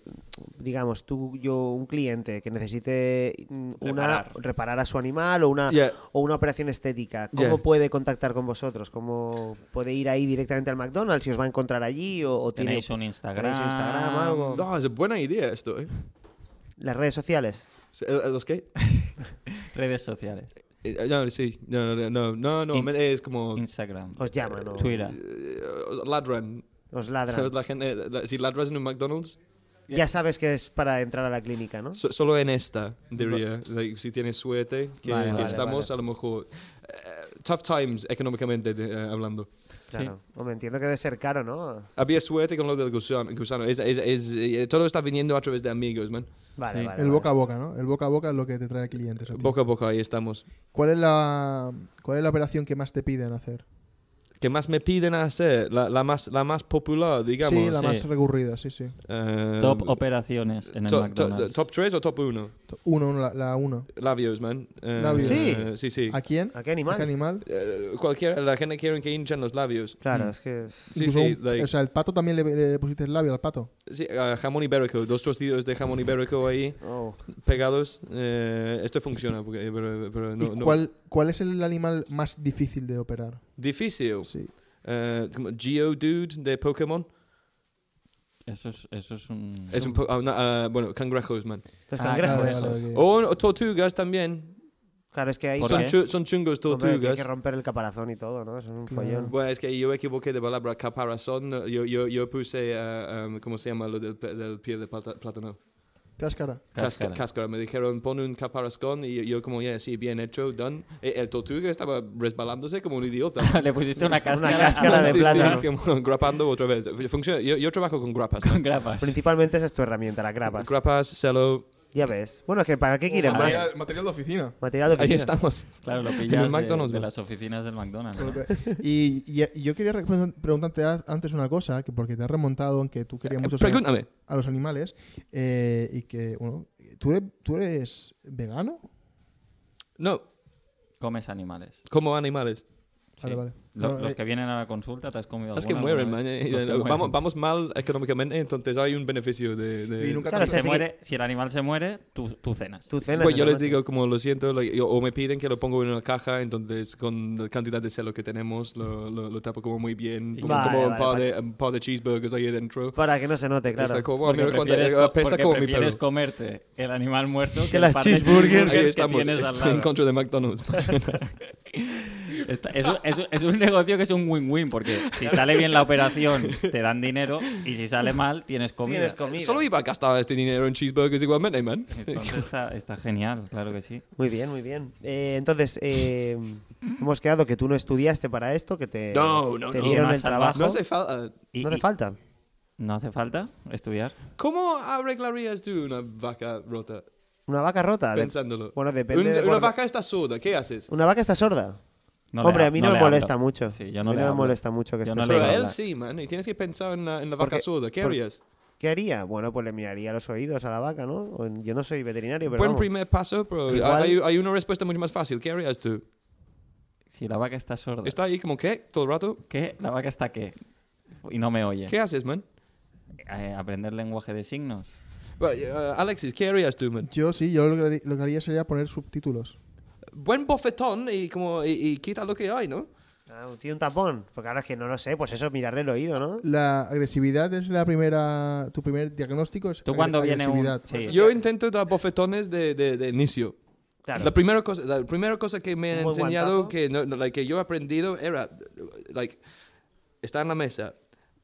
S1: digamos, tú, yo, un cliente que necesite mm, una,
S3: Reparar.
S1: reparar a su animal o una,
S6: Yeah.
S1: o una operación estética, ¿cómo
S6: Yeah.
S1: puede contactar con vosotros? ¿Cómo puede ir ahí directamente al McDonald's y os va a encontrar allí? ¿O, o tiene-
S3: tenéis un Instagram.
S1: tenéis un Instagram, algo?
S6: No, es buena idea esto, ¿eh?
S1: ¿Las redes sociales?
S6: Eh, ¿Los qué?
S3: Redes sociales.
S6: Eh, No, sí. No, no, no. No, no.
S3: Ins-
S6: Es como...
S3: Instagram.
S1: Os llaman o
S3: Twitter.
S6: Oh. eh, Ladran.
S1: os ladran.
S6: ¿Sabes la gente? eh, la- si ladras en un McDonald's,
S1: Ya sabes que es para entrar a la clínica, ¿no?
S6: so- solo en esta, diría. Like, si tienes suerte, que,
S1: Vale,
S6: que
S1: vale,
S6: estamos a lo mejor. eh, tough times económicamente de- eh, hablando.
S1: Claro. Hombre, entiendo que debe ser caro, ¿no?
S6: Había suerte con lo del gusano. gusano. Es- es- es- eh, todo está viniendo a través de amigos, man.
S1: Vale,
S6: Sí.
S1: vale.
S2: El
S1: vale.
S2: boca a boca, ¿no? El boca a boca es lo que te trae clientes. a ti.
S6: Boca a boca, ahí estamos.
S2: ¿Cuál es la cuál es la operación que más te piden hacer?
S6: ¿Qué más me piden hacer? La, la más, la más popular, digamos.
S2: sí, la
S3: sí.
S2: más recurrida, sí, sí.
S6: Eh,
S3: Top operaciones en el
S6: to- to-
S3: McDonald's.
S6: ¿Top 3 o top 1?
S2: Uno, uno, la, la uno.
S6: Labios, man. Eh,
S2: Labios.
S1: Sí.
S6: eh, sí, sí.
S2: ¿A quién?
S1: ¿A qué animal?
S2: ¿A qué animal?
S6: Eh, cualquiera, la gente quiere que hinchan los labios.
S1: Claro, es que...
S6: Sí,
S2: Incluso
S6: sí,
S2: un-
S6: like-
S2: O sea, el pato también le, le pusiste el labio al pato.
S6: Sí, ah, jamón ibérico, dos trocitos de jamón ibérico ahí
S1: Oh.
S6: pegados. Eh, esto funciona, porque, pero, pero no,
S2: ¿Y
S6: no-
S2: cuál, cuál es el animal más difícil de operar?
S6: Difícil.
S2: Sí.
S6: Eh, como Geodude de Pokémon.
S3: Eso es, eso es un.
S6: Es un po- ah, no, ah, bueno, cangrejos, man.
S1: Los
S3: Ah,
S1: cangrejos.
S2: Vale,
S3: Cangrejos.
S2: vale, ok.
S6: O, o tortugas también.
S1: Claro, es que ahí
S3: ¿Por
S1: son-
S6: Son,
S3: qué?
S6: chu- son chungos
S1: Hombre, que hay
S6: tortugas.
S1: que romper el caparazón y todo, ¿no? Eso es un
S2: Claro.
S1: follón.
S6: Bueno, es que yo equivoqué de palabra um, caparazón. Yo, yo, yo puse, ah, ah, ¿cómo se llama lo del, pe- del pie de plata- plátano?
S2: Cáscara.
S6: Casca-
S3: Cáscara.
S6: cáscara. Me dijeron, pon un caparazón y yo como, ya, sí, bien hecho, done. Eh, El tortuga estaba resbalándose como un idiota. Ah,
S3: Le pusiste una [laughs] cáscara,
S1: cáscara de
S6: Sí, sí,
S1: plátano.
S6: como grapando otra vez. Funciona. Yo, yo trabajo con grapas.
S3: con grapas.
S1: Principalmente esa es tu herramienta, las grapas.
S6: Grapas, celo,
S1: Ya ves. Bueno, es que ¿para qué quieren más?
S2: Material, material de oficina.
S1: Material de
S6: ahí
S1: oficina.
S6: estamos.
S3: Claro, lo
S6: En el
S3: pillas de-
S6: McDonald's,
S3: de,
S6: ¿no?
S3: las oficinas del McDonald's. ¿no?
S2: Y, y- y yo quería re- pues, preguntarte a- antes una cosa, que porque te has remontado en que tú
S6: Eh,
S2: querías mucho a,
S6: Pregúntame.
S2: a los animales eh, y que, bueno, ¿tú eres, tú eres vegano?
S6: No,
S3: Comes animales.
S6: como animales.
S2: Vale, vale.
S3: Lo-
S2: No,
S3: los
S2: eh,
S3: que vienen a la consulta, ¿te has comido
S6: Es que
S3: alguna
S6: mueren,
S3: alguna
S6: man.
S3: vez?
S6: eh,
S3: Los que
S6: Vamos,
S3: mueren.
S6: vamos mal económicamente, entonces hay un beneficio de... de-
S2: y nunca
S1: Claro,
S2: te-
S1: sí,
S3: Se
S1: Así
S3: muere, si el animal se muere, tú, tú cenas.
S1: Tu cena
S6: Pues
S1: es
S6: yo
S1: esa
S6: les
S1: noche.
S6: digo, como lo siento, lo- yo- o me piden que lo pongo en una caja, entonces con la cantidad de celo que tenemos lo, lo, lo tapo como muy bien, pongo
S1: Vale,
S6: como un,
S1: vale,
S6: par
S1: vale.
S6: de, un par de cheeseburgers ahí adentro.
S1: Para que no se note,
S6: Está
S1: claro.
S6: como,
S3: Porque
S6: mira cuánto-
S3: prefieres,
S6: eh,
S3: co-
S6: pesa
S3: porque
S6: como mi
S3: prefieres
S6: pelo.
S3: comerte el animal muerto que,
S1: Que las
S3: el par de
S1: cheeseburgers.
S3: cheeseburgers
S6: Ahí
S3: que
S6: estamos,
S3: tienes al
S6: estoy en
S3: lado.
S6: contra
S3: [laughs]
S6: de McDonald's.
S3: Está- es, un- es un- es un negocio que es un win-win, porque si sale bien la operación, te dan dinero, y si sale mal, tienes comida.
S1: Tienes comida.
S6: [laughs] Solo iba a gastar este dinero en cheeseburgers igualmente, man.
S3: Entonces está, está genial, claro que sí.
S1: Muy bien, muy bien. Eh, entonces, eh, hemos quedado que tú no estudiaste para esto, que te,
S6: No, no,
S1: te
S6: no.
S1: dieron
S3: Más
S1: el
S3: salvaje.
S1: trabajo.
S6: No hace ah, falta...
S3: Y-
S1: No hace
S3: y-
S1: falta.
S3: ¿No hace falta estudiar?
S6: ¿Cómo arreglarías tú una vaca rota?
S1: ¿Una vaca rota? De-
S6: Pensándolo.
S1: Bueno, depende.
S6: Un-
S1: de-
S6: una
S1: bueno,
S6: vaca está sorda, ¿qué haces?
S1: una vaca está sorda.
S3: No le
S1: Hombre,
S3: ha-
S1: a mí no,
S3: le
S1: me
S3: hablo.
S1: molesta mucho.
S3: Sí, yo no
S1: a mí
S3: le
S1: no me
S3: hablo.
S1: molesta mucho que
S3: Yo
S1: esté
S3: no le
S1: sorda.
S6: Pero
S3: digo
S6: a él
S3: nada.
S6: sí, man. Y tienes que pensar en la, en la vaca
S1: Porque-
S6: sorda. ¿Qué
S1: por-
S6: harías?
S1: ¿Qué haría? Bueno, pues le miraría los oídos a la vaca, ¿no? O en- Yo no soy veterinario, pero.
S6: Buen
S1: vamos.
S6: primer paso, pero
S1: Igual-
S6: hay, hay una respuesta mucho más fácil. ¿Qué harías tú?
S3: Si la vaca está sorda.
S6: Está ahí como, ¿qué? Todo el rato.
S3: ¿Qué? ¿La vaca está qué? Y no me oye.
S6: ¿Qué haces, man?
S3: Eh, aprender lenguaje de signos.
S6: Bueno, eh, Alexis, ¿qué harías tú, man?
S2: Yo sí, yo lo que, haría- lo que haría sería poner subtítulos.
S6: Buen bofetón y como y, y quita lo que hay, ¿no?
S1: Ah, tiene un tapón. Porque ahora es que no lo sé, pues eso, mirarle el oído, ¿no?
S2: La agresividad es la primera, tu primer diagnóstico es
S3: Tú cuando
S2: agre-
S3: viene un...
S2: agresividad.
S3: Sí.
S6: Yo intento dar bofetones de, de- de inicio.
S1: Claro.
S6: La primera cosa, la primera cosa que me
S1: Un
S6: han
S1: buen
S6: enseñado
S1: guantazo.
S6: que no, no, like, que yo he aprendido era like está en la mesa.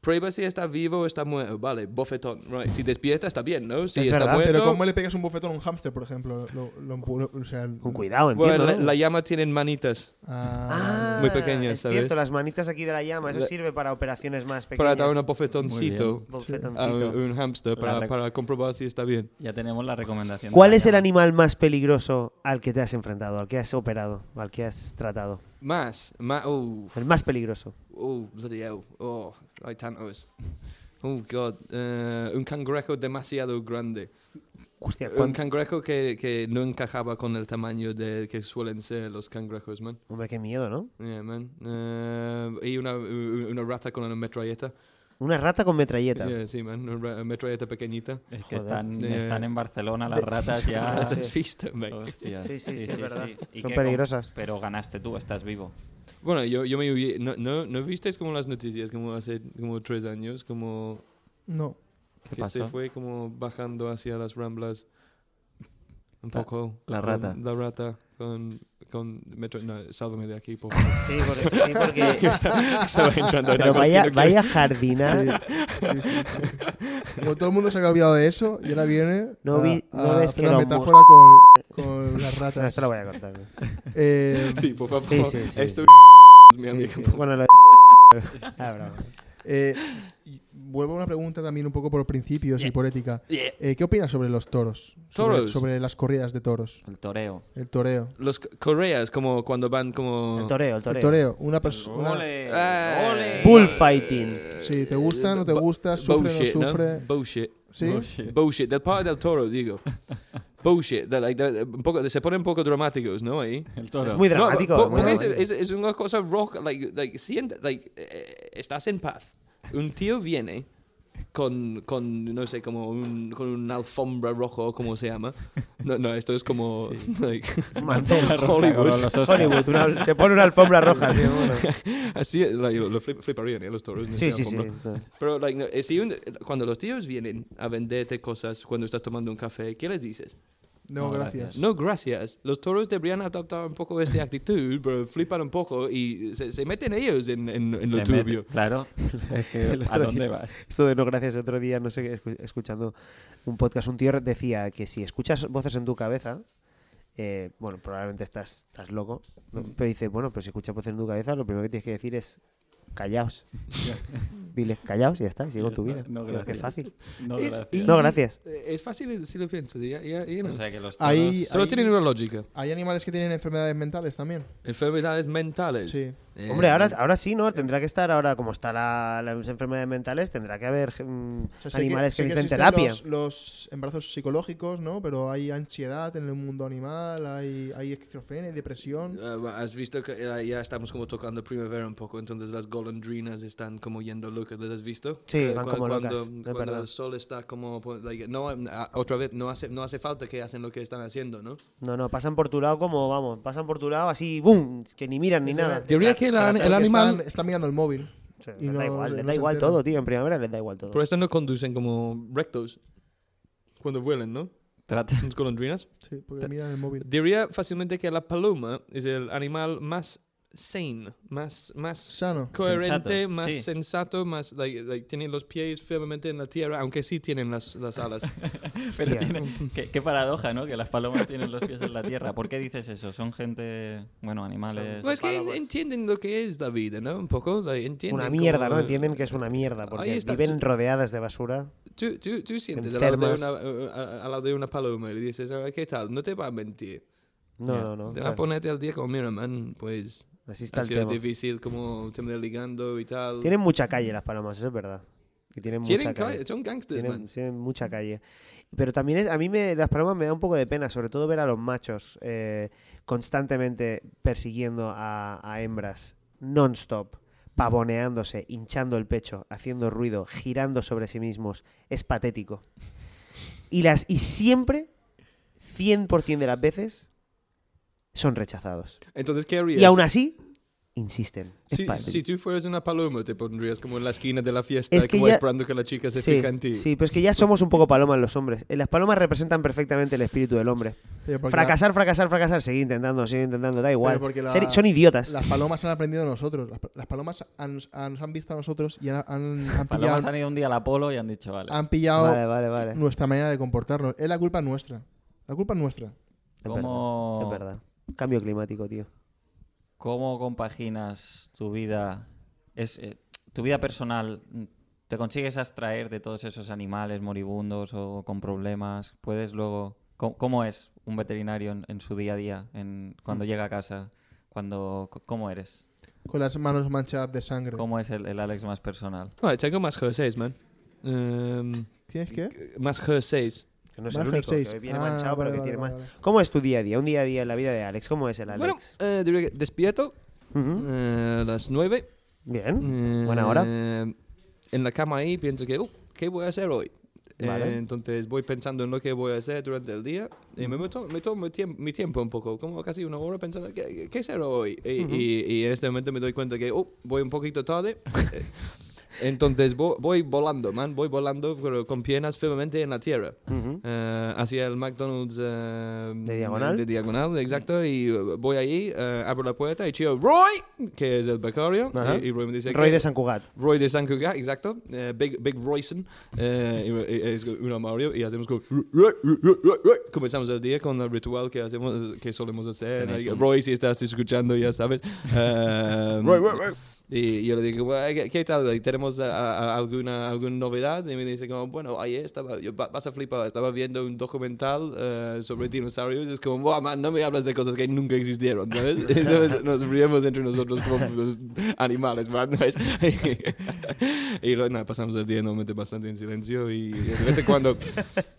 S6: Prueba si está vivo o está muerto. Vale, bofetón. Right. Si despierta está bien, Pues ¿no? Si
S1: Es
S6: está
S1: verdad,
S6: muerto.
S2: Pero ¿cómo le pegas un bofetón a un hámster, por ejemplo? Lo- lo empu- o sea,
S1: Con cuidado, entiendo.
S6: bueno, la,
S1: ¿no?
S6: la llama tienen manitas.
S2: ah,
S1: Ah,
S6: muy pequeñas,
S1: es
S6: ¿sabes?
S1: cierto, las manitas aquí de la llama. Eso
S6: La-
S1: sirve para operaciones más
S6: para
S1: pequeñas.
S6: dar un bofetoncito a
S1: Bofetoncito.
S6: un hamster para,
S3: rec-
S6: para comprobar si está bien.
S3: Ya tenemos la recomendación. de
S1: ¿Cuál
S3: la
S1: es el
S3: llama.
S1: animal más peligroso al que te has enfrentado, al que has operado, al que has tratado?
S6: Más, más, oh,
S1: El más peligroso.
S6: oh, bloody hell, oh, hay tantos. Oh, God, eh, un cangrejo demasiado grande.
S1: Hostia,
S6: Un
S1: ¿cuán-
S6: cangrejo que, que no encajaba con el tamaño de que suelen ser los cangrejos, man.
S1: Hombre, qué miedo, ¿no?
S6: Yeah, man. Eh, y una, una rata con una metralleta.
S1: Una rata con metralleta.
S6: Yeah, sí, man, una ra- metralleta pequeñita.
S3: Es que
S1: Joder.
S3: están,
S6: Eh,
S3: están en Barcelona las ratas ya.
S6: [laughs] Eso es fiesta,
S1: Oh,
S6: man.
S3: Hostia.
S1: Sí, sí, sí, es verdad.
S3: ¿Y
S1: Son
S3: qué com-
S1: peligrosas.
S3: Pero ganaste tú, estás vivo.
S6: Bueno, yo, yo me huye- no, no, ¿no visteis como las noticias como hace como tres años? Como
S2: no.
S3: ¿Qué
S6: que se
S3: pasó?
S6: fue como bajando hacia las ramblas.
S3: La-
S6: Un poco.
S3: la
S6: con-
S3: rata.
S6: La rata con, con metro... No, sálvame de aquí, [laughs] por favor.
S1: Sí, porque. sí, [laughs] porque-
S6: [laughs] Estaba entrando en
S1: Pero
S6: algo que
S1: vaya,
S6: no quiero.
S1: vaya jardina.
S2: Sí, sí, sí, sí. Como todo el mundo se ha olvidado de eso y ahora viene
S1: No
S2: a,
S1: vi-
S2: a
S1: no ves
S2: hacer
S1: que
S2: una
S1: los
S2: metáfora con, con las
S1: No,
S2: ratas.
S1: esto lo voy a contar.
S2: Eh,
S6: Sí, por favor.
S1: Sí, sí, sí,
S6: Esto
S1: sí.
S6: es mi
S1: Sí,
S6: amigo.
S1: sí. [laughs] Bueno, lo- Ah, bravo.
S2: eh, y vuelvo a una pregunta también un poco por principios y por ética.
S6: Yeah.
S2: Eh, ¿Qué opinas sobre los toros? Sobre-
S6: ¿Toros?
S2: Sobre, las corridas de toros,
S3: El toreo.
S2: el toreo.
S6: Los c- correas, como cuando van como...
S1: El toreo, el
S2: El
S1: toreo.
S2: toreo, una persona...
S6: Ah,
S1: Bullfighting.
S2: Sí, ¿te gusta, no te
S6: eh, Bu-
S2: gusta, sufre, no
S6: bullshit,
S2: sufre?
S6: Bullshit.
S2: ¿Sí?
S6: Bullshit. Del par del toro, [laughs] digo. Bullshit. De- like, de- un poco, se ponen un poco dramáticos, ¿no? Ahí.
S3: El
S1: Es
S3: toro.
S1: muy
S6: No,
S1: dramático.
S6: po-
S1: muy
S6: porque es,
S1: dramático.
S6: es- es una cosa roja, like, like, siente- like, eh, estás en paz. Un tío viene con, con no sé, como un, con una alfombra roja o como se llama. No, no, esto es como... [laughs] like,
S1: Mantel.
S6: Hollywood.
S3: Con los Oscars.
S1: Hollywood, una- te pone una alfombra roja. [laughs] Sí, bueno.
S6: así, like, lo, lo flip- fliparían ¿eh? los toros. ¿no?
S1: sí,
S6: Una
S1: sí. sí.
S6: alfombra. Pero like, no, eh, si un- cuando los tíos vienen a venderte cosas cuando estás tomando un café, ¿qué les dices?
S2: No, gracias.
S6: No, gracias. Los toros deberían adaptar un poco esta actitud, pero flipan un poco y se, se meten ellos en, en, en lo
S3: Se mete-
S6: turbio.
S3: Claro. Es que,
S1: El otro
S3: ¿A dónde
S1: día-
S3: vas?
S1: Esto de no gracias otro día, no sé, qué, escu- escuchando un podcast, un tío decía que si escuchas voces en tu cabeza, eh, bueno, probablemente estás, estás loco, ¿no? pero dice, bueno, pero si escuchas voces en tu cabeza, lo primero que tienes que decir es callaos. Diles callaos y ya está, y sigue con tu vida.
S3: No,
S1: Digo, Qué
S3: gracias.
S1: fácil.
S3: No,
S6: Es
S3: gracias.
S1: No, gracias.
S6: Eh, Es fácil si lo piensas. Ya, ya- ya no.
S3: O sea que los toros...
S2: Hay,
S6: Todo
S2: hay-
S6: tiene una lógica.
S2: hay animales que tienen enfermedades mentales también.
S6: Enfermedades mentales.
S2: Sí.
S6: Eh,
S1: Hombre, ahora, ahora sí, ¿no? Tendrá que estar ahora, como están las enfermedades mentales, tendrá que haber mm,
S2: O sea, sé
S1: animales que,
S2: sé
S1: necesiten
S2: existen
S1: terapia.
S2: Los, los embarazos psicológicos, ¿no? Pero hay ansiedad en el mundo animal, hay, hay esquizofrenia, hay depresión.
S6: eh, has visto que eh, ya estamos como tocando primavera un poco, entonces las golondrinas están como yendo locas, ¿las has visto?
S1: Sí,
S6: Que
S1: van
S6: cua-
S1: como
S6: cuando,
S1: locas, es
S6: cuando
S1: verdad.
S6: el sol está como... pues, like, no, eh, ah, otra vez, no hace, no hace falta que hacen lo que están haciendo, ¿no?
S1: No, no, pasan por tu lado como, vamos, pasan por tu lado así, ¡boom! Que ni miran ni nada.
S6: Teoría que la-
S2: Es
S6: el
S2: que
S6: animal...
S2: Están, están mirando el móvil.
S1: O sea,
S2: Y
S1: les da
S2: no-
S1: igual, les
S2: no
S1: da
S2: se
S1: igual
S2: enteran.
S1: todo, tío. En primavera les da igual todo.
S6: Por eso no conducen como rectos cuando vuelan, ¿no?
S3: Trata...
S6: Las golondrinas.
S2: Sí, porque miran el móvil.
S6: Diría fácilmente que la paloma es el animal más sane, más, más
S2: Sano.
S6: coherente,
S3: Sensato,
S6: más
S3: sí.
S6: sensato, más like, like, tiene los pies firmemente en la tierra, aunque sí tienen las,
S3: [laughs]
S6: las alas.
S3: Pero
S1: Hostia.
S3: tiene- qué, qué paradoja, ¿no? Que las palomas tienen los pies en la tierra. ¿Por qué dices eso? Son gente... Bueno, animales...
S6: pues que en- entienden lo que es la vida, ¿no? Un poco, like, entienden.
S1: Una mierda,
S6: cómo-
S1: ¿no? Entienden que es una mierda, porque
S6: eh. está,
S1: viven
S6: tú-
S1: rodeadas de basura.
S6: Tú, tú, tú sientes al lado, de una,
S1: Enfermas.
S6: a- a- al lado de una paloma y le dices, "Ah, ¿qué tal? No te va a mentir.
S1: No,
S3: Ya,
S1: no, no.
S6: Te va a
S1: claro.
S6: ponerte al día como, mira, man, pues
S1: Así está
S6: ha
S1: el
S6: sido
S1: tema.
S6: difícil como terminar ligando y tal.
S1: Tienen mucha calle las palomas, eso es verdad. Que tienen mucha
S6: Tienen
S1: calle.
S6: ca- son gangsters,
S1: Tienen,
S6: man.
S1: tienen mucha calle. Pero también es, a mí me, las palomas me da un poco de pena, sobre todo ver a los machos eh, constantemente persiguiendo a, a hembras, non-stop, pavoneándose, hinchando el pecho, haciendo ruido, girando sobre sí mismos. Es patético. Y, las, y siempre, 100% de las veces, son rechazados.
S6: Entonces, ¿qué harías?
S1: Y aún así, insisten. Es
S6: Si,
S1: patético.
S6: si tú fueras una paloma, te pondrías como en la esquina de la fiesta,
S1: Es que
S6: como
S1: ya-
S6: esperando que la chica se fije en ti.
S1: sí, pero es que ya somos un poco palomas los hombres. Eh, Las palomas representan perfectamente el espíritu del hombre.
S2: Oye, porque la-
S1: Fracasar, fracasar, fracasar, seguir intentando, seguir intentando, da igual.
S2: Pero porque la-
S1: Ser- son idiotas.
S2: Las palomas han aprendido de nosotros. Las, pa- las palomas han- han- nos han visto a nosotros y han,
S6: [laughs]
S2: han- han
S3: Palomas
S2: pillado,
S3: han ido un día al Apolo y han dicho, vale,
S2: han pillado
S1: Vale, vale, vale.
S2: nuestra manera de comportarnos. Es la culpa nuestra. La culpa es nuestra.
S1: Es
S3: ¿cómo-
S1: verdad, es verdad. Cambio climático, tío.
S3: ¿Cómo compaginas tu vida, es, eh, tu vida personal? ¿Te consigues abstraer de todos esos animales moribundos o con problemas? ¿Puedes luego... ¿Cómo, cómo es un veterinario en, en su día a día, en, cuando llega a casa? Cuando, c- ¿Cómo eres?
S2: Con las manos manchadas de sangre.
S3: ¿Cómo es el, el Alex más personal?
S6: Vale, tengo más jerseys, man. Em,
S2: ¿Tienes que?
S6: más jerseys.
S1: Que no es
S2: Más
S1: el único,
S2: jerseys.
S1: que viene
S2: Ah,
S1: manchado, pero
S2: vale,
S1: que
S2: vale,
S1: tiene más.
S2: vale, vale.
S1: ¿Cómo es tu día a día? Un día a día en la vida de Alex. ¿Cómo es el
S6: Bueno,
S1: Alex? ¿Mm?
S6: eh, diría que despierto
S1: Ujú.
S6: eh, a las 9.
S1: Bien. Buena hora.
S6: Eh, En la cama ahí pienso que, "Uh, ¿qué voy a hacer hoy? Eh,
S1: Vale.
S6: entonces voy pensando en lo que voy a hacer durante el día y me, to- me tomo mi, tiemp- mi tiempo un poco, como casi una hora pensando, ¿qué, qué será hoy? Y, y- y en este momento me doy cuenta que, oh, voy un poquito tarde. [laughs] Eh, entonces vo- voy, volando, man, voy volando pero con piernas firmemente en la tierra.
S1: Ujú.
S6: Eh, hacia el McDonald's eh,
S1: ¿De diagonal?
S6: de diagonal, exacto. Y eh, voy allí, eh, abro la puerta y chillo Roy, que es el becario.
S1: Ajá.
S6: Y, y Roy me dice:
S1: Roy
S6: "¿Qué-
S1: de San Cugat.
S6: Roy de San Cugat, exacto. Eh, Big, Big Royson. Eh, y- y- es una Mario y hacemos como... "Roy, Roy, Roy, Roy, Roy". Comenzamos el día con el ritual que hacemos, que solemos hacer.
S3: Tenéis un-
S6: Roy, si estás escuchando, ya
S3: [laughs]
S6: sabes. Eh, Y yo le digo, "Bueno, ¿qué, qué tal? ¿Tenemos a- a- alguna, alguna novedad? Y me dice, como, bueno, ayer estaba, yo, va- vas a flipar, estaba viendo un documental eh, sobre dinosaurios. Y es como, "Buah, man, no me hablas de cosas que nunca existieron, ¿sabes?
S3: [laughs]
S6: Y nos- nos riemos entre nosotros como los animales, man, ¿sabes? [laughs] y luego, nada, pasamos el día normalmente bastante en silencio. Y de vez en cuando,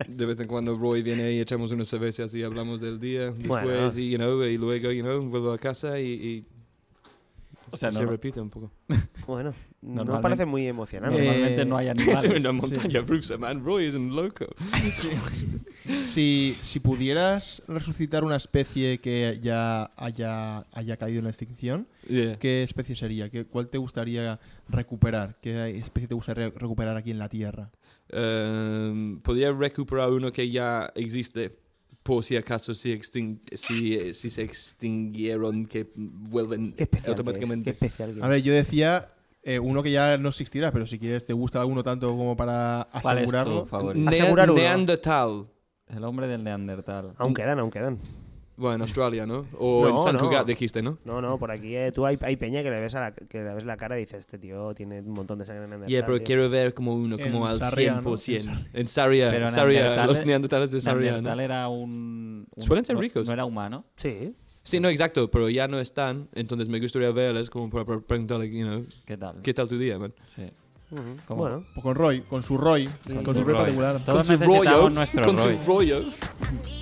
S6: de vez en cuando Roy viene y echamos unas cervezas y hablamos del día. Después,
S1: Bueno.
S6: y, you know, y luego, you know, vuelvo a casa y, y
S3: O sea,
S6: se
S3: no-
S6: repite un poco.
S1: Bueno, no
S3: Normalmente-
S1: parece muy emocionante.
S3: normalmente
S2: Eh,
S3: no hay [laughs]
S6: Es [laughs]
S3: animales.
S6: una montaña rusa, man. Roy es un loco.
S2: Si, si pudieras resucitar una especie que ya haya, haya caído en la extinción, ¿qué especie sería? ¿Qué, ¿Cuál te gustaría recuperar? ¿Qué especie te gustaría recuperar aquí en la Tierra?
S6: Ehm, Em, podría recuperar uno que ya existe. por si acaso si, extin- si, eh, si se extinguieron, que vuelven
S1: Qué especial. que es, qué
S6: automáticamente.
S1: especial que
S2: A ver, yo decía eh, uno que ya no existirá, pero si quieres, te gusta alguno tanto como para
S3: ¿Cuál es
S2: asegurarlo.
S3: tu favorito?
S6: Ne-
S1: Asegurar uno.
S6: Neandertal.
S3: El hombre del Neandertal.
S1: es.
S6: Ah,
S1: Aún quedan, aún quedan.
S6: Bueno, en Australia, ¿no? O
S1: No,
S6: en San
S1: no.
S6: Cugat dijiste, ¿no?
S1: No, no, por aquí eh, tú hay, hay peña que le, ves a la, que le ves la cara y dices, este tío tiene un montón de sangre en el
S6: Yeah, pero quiero ver como uno,
S2: En
S6: como al
S2: Sarria, ¿no?
S6: 100%.
S2: En Sarria.
S6: En Saria,
S3: Pero
S6: Saria,
S3: Neandertal-
S6: los neandertales de Saria,
S3: Neandertal
S6: pues ¿no?
S3: era un... un-
S6: Suelen ser
S3: no-
S6: ricos.
S3: No era humano.
S1: Sí.
S6: Sí, no, exacto, pero ya no están, entonces me gustaría verles como para, para preguntarle, you know,
S3: ¿Qué tal?
S6: ¿qué tal tu día, man?
S3: Sí.
S1: Ujú.
S3: ¿Cómo?
S1: Bueno,
S2: Pues con Roy, con su Roy, con, su Roy particular.
S3: Todos
S6: Su rollo,
S3: necesitamos nuestro
S6: con
S3: Roy.
S6: su rollo.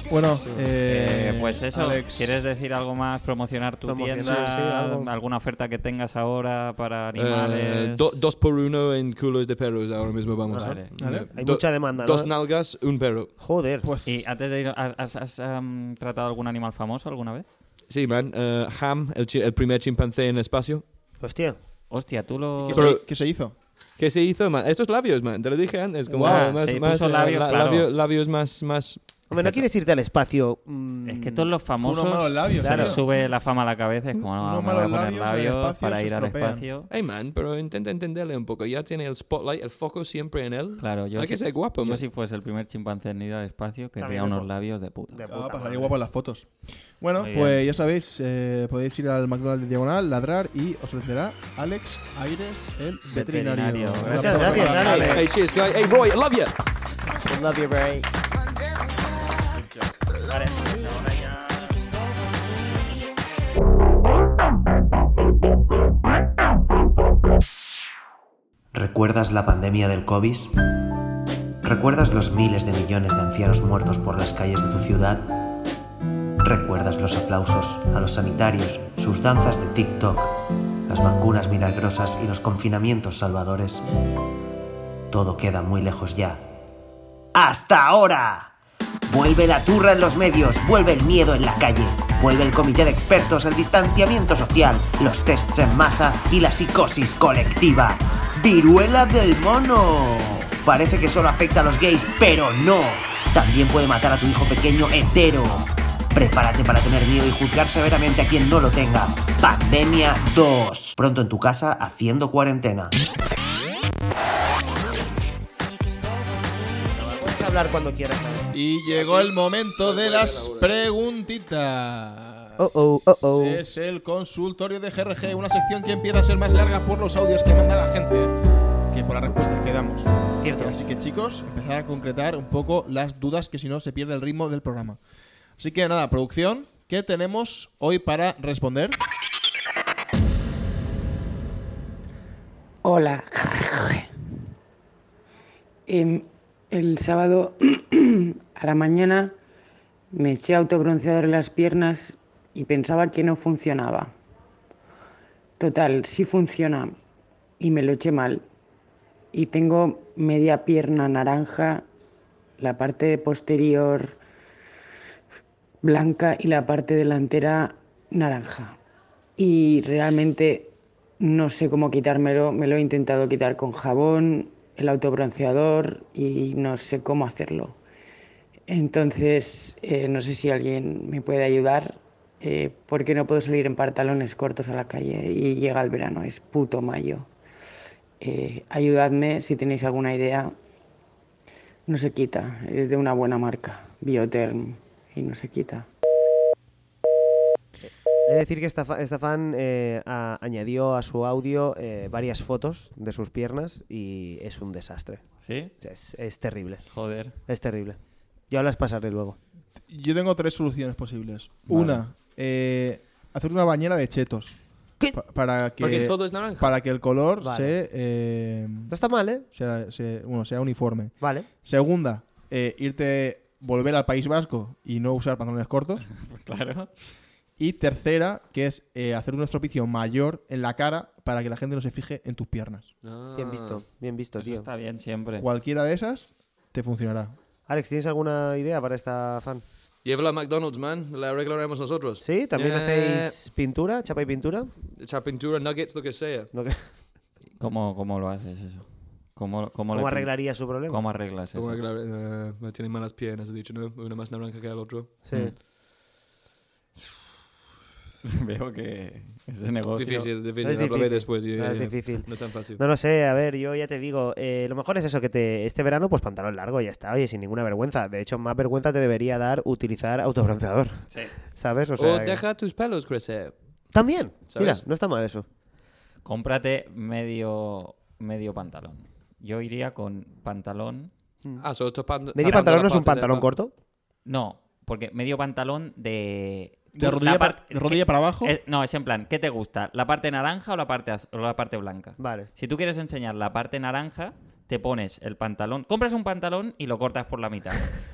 S2: Bueno,
S3: Eh,
S2: eh,
S3: pues eso,
S2: Alex,
S3: ¿quieres decir algo más? ¿Promocionar tu
S1: Promocionar,
S3: tienda?
S1: sí, algo.
S3: ¿Alguna oferta que tengas ahora para
S6: Eh,
S3: animales?
S6: do- dos por uno en culos de perros ahora mismo vamos.
S3: Vale.
S2: ¿vale?
S1: hay
S6: Do-
S1: mucha demanda, ¿no?
S6: Dos nalgas, un perro.
S1: Joder.
S2: Pues
S3: Y antes de ir, ¿has, has, em, tratado algún animal famoso alguna vez?
S6: Sí, man. eh, Ham, el, chi- el primer chimpancé en el espacio.
S1: Hostia.
S3: Hostia, tú lo...
S2: ¿qué,
S6: Pero-
S2: se, qué se hizo?
S6: ¿Qué se hizo, man? Estos labios, man. Te lo dije antes. Como
S3: Guau,
S6: más,
S3: sí,
S6: más,
S3: puso
S6: eh,
S3: labios, claro.
S6: labio- labios más, más...
S1: Hombre, no quieres irte al espacio. mm,
S3: Es que todos los famosos
S2: Unos malos labios,
S3: se les
S2: tío.
S3: sube la fama a la cabeza. Es como, no,
S2: Unos
S3: me voy a
S2: malos
S3: poner
S2: labios, el
S3: labios
S2: espacio
S3: para
S2: se
S3: ir al
S2: estropean.
S3: espacio.
S6: Hey, man, pero intenta entenderle un poco. Ya tiene el spotlight, el foco siempre en él.
S3: Claro, yo,
S6: Hay que
S3: si,
S6: ser guapo,
S3: yo
S6: man.
S3: si fuese el primer chimpancé en ir al espacio, querría
S1: También me
S3: unos
S1: pon-
S3: labios de puta.
S1: de
S2: Ah,
S1: puta
S2: pasaría
S1: madre.
S2: guapo las fotos. Bueno,
S3: Muy
S2: pues
S3: bien.
S2: ya sabéis, eh, podéis ir al McDonald's de Diagonal, ladrar y os ofrecerá Alex Aires, el veterinario.
S3: Veterinario.
S2: Un
S1: Gracias,
S2: aplauso
S1: gracias,
S2: para
S1: Alex.
S6: Hey, cheers, guy. Hey, Roy, I love you.
S1: Love you, Bray.
S7: ¿Recuerdas la pandemia del COVID? ¿Recuerdas los miles de millones de ancianos muertos por las calles de tu ciudad? ¿Recuerdas los aplausos a los sanitarios, sus danzas de TikTok, las vacunas milagrosas y los confinamientos salvadores? Todo queda muy lejos ya. ¡Hasta ahora! Vuelve la turra en los medios, vuelve el miedo en la calle, vuelve el comité de expertos, el distanciamiento social, los tests en masa y la psicosis colectiva. ¡Viruela del mono! Parece que solo afecta a los gays, pero no. También puede matar a tu hijo pequeño hetero. Prepárate para tener miedo y juzgar severamente a quien no lo tenga. Pandemia 2. Pronto en tu casa haciendo cuarentena.
S1: Puedes hablar cuando quieras. ¿sabes?
S2: Y llegó el momento de las preguntitas.
S1: Oh, oh, oh, oh.
S2: Es el consultorio de GRG, una sección que empieza a ser más larga por los audios que manda la gente que por las respuestas que damos.
S1: Cierto.
S2: Así que chicos, empezar a concretar un poco las dudas que si no se pierde el ritmo del programa. Así que nada, producción, ¿qué tenemos hoy para responder?
S8: Hola. Em, el sábado [clears throat] a la mañana me eché autobronceador en las piernas y pensaba que no funcionaba. Total, sí funciona y me lo eché mal. Y tengo media pierna naranja, la parte posterior blanca y la parte delantera naranja. Y realmente no sé cómo quitármelo. Me lo he intentado quitar con jabón, el autobronceador y no sé cómo hacerlo. Entonces, eh, no sé si alguien me puede ayudar eh, porque no puedo salir en pantalones cortos a la calle y llega el verano, es puto mayo. Eh, ayudadme si tenéis alguna idea. No se quita, es de una buena marca, Bioterm, y no se quita.
S1: He de decir que esta, fa- esta fan eh, a- añadió a su audio eh, varias fotos de sus piernas y es un desastre.
S3: ¿Sí?
S1: Es, es terrible.
S3: Joder. [laughs]
S1: Es terrible. Ya las pasaré luego.
S2: Yo tengo tres soluciones posibles. Una, eh, hacer una bañera de chetos. Pa- para que
S6: Porque todo es naranja.
S2: para que el color
S1: Vale.
S2: se, eh,
S1: No está mal, ¿eh?
S2: sea, se- bueno, sea uniforme.
S1: Vale.
S2: Segunda, eh, irte, volver al País Vasco y no usar pantalones cortos.
S3: Claro.
S2: Y tercera, que es eh, hacer un estropicio mayor en la cara para que la gente no se fije en tus piernas.
S1: Bien visto. Bien visto,
S3: Ah, Eso
S1: tío.
S3: está bien siempre.
S2: Cualquiera de esas te funcionará.
S1: Alex, ¿tienes alguna idea para esta fan?
S6: Llévala a McDonald's, man. La arreglaremos nosotros.
S1: ¿Sí? ¿También
S6: Eh,
S1: hacéis pintura? ¿Chapa y pintura?
S6: Echar pintura, nuggets, lo que sea.
S1: No, que-
S3: ¿Cómo, ¿Cómo lo haces eso? ¿Cómo, cómo, le
S1: ¿Cómo
S3: pin-
S1: arreglaría su problema?
S3: ¿Cómo arreglas eso?
S6: Como que, eh, me tiene malas piernas, he dicho, ¿no? Una más naranja que el otro.
S3: mm.
S1: Sí.
S3: [laughs] Veo que ese negocio...
S6: Difícil, difícil.
S1: Es
S6: Hablaré
S1: difícil.
S6: después. yo-
S1: No,
S6: yo-
S1: es difícil.
S6: No tan fácil.
S1: No lo sé, a ver, yo ya te digo, eh, lo mejor es eso, que te, este verano pues pantalón largo y ya está, oye, sin ninguna vergüenza. De hecho, más vergüenza te debería dar utilizar autobronceador,
S3: Sí.
S1: ¿sabes? O,
S6: O,
S1: sea, que-
S6: deja tus pelos crecer.
S1: También,
S6: ¿Sabes?
S1: mira, no está mal eso.
S3: Cómprate medio, medio pantalón. Yo iría con pantalón...
S6: Ah, solo tu pan-
S1: Mm. ¿Medio
S6: tapando la
S1: pantalón no es un
S6: parte de
S1: pantalón
S6: pa-
S1: corto?
S3: No, porque medio pantalón de...
S2: De
S3: la
S2: rodilla, pa-
S3: parte-
S2: de rodilla para abajo.
S3: Eh, no, es en plan, ¿qué te gusta? ¿La parte naranja o la parte, az- o la parte blanca?
S1: Vale.
S3: Si tú quieres enseñar la parte naranja, te pones el pantalón, compras un pantalón y lo cortas por la
S2: [laughs]
S3: mitad.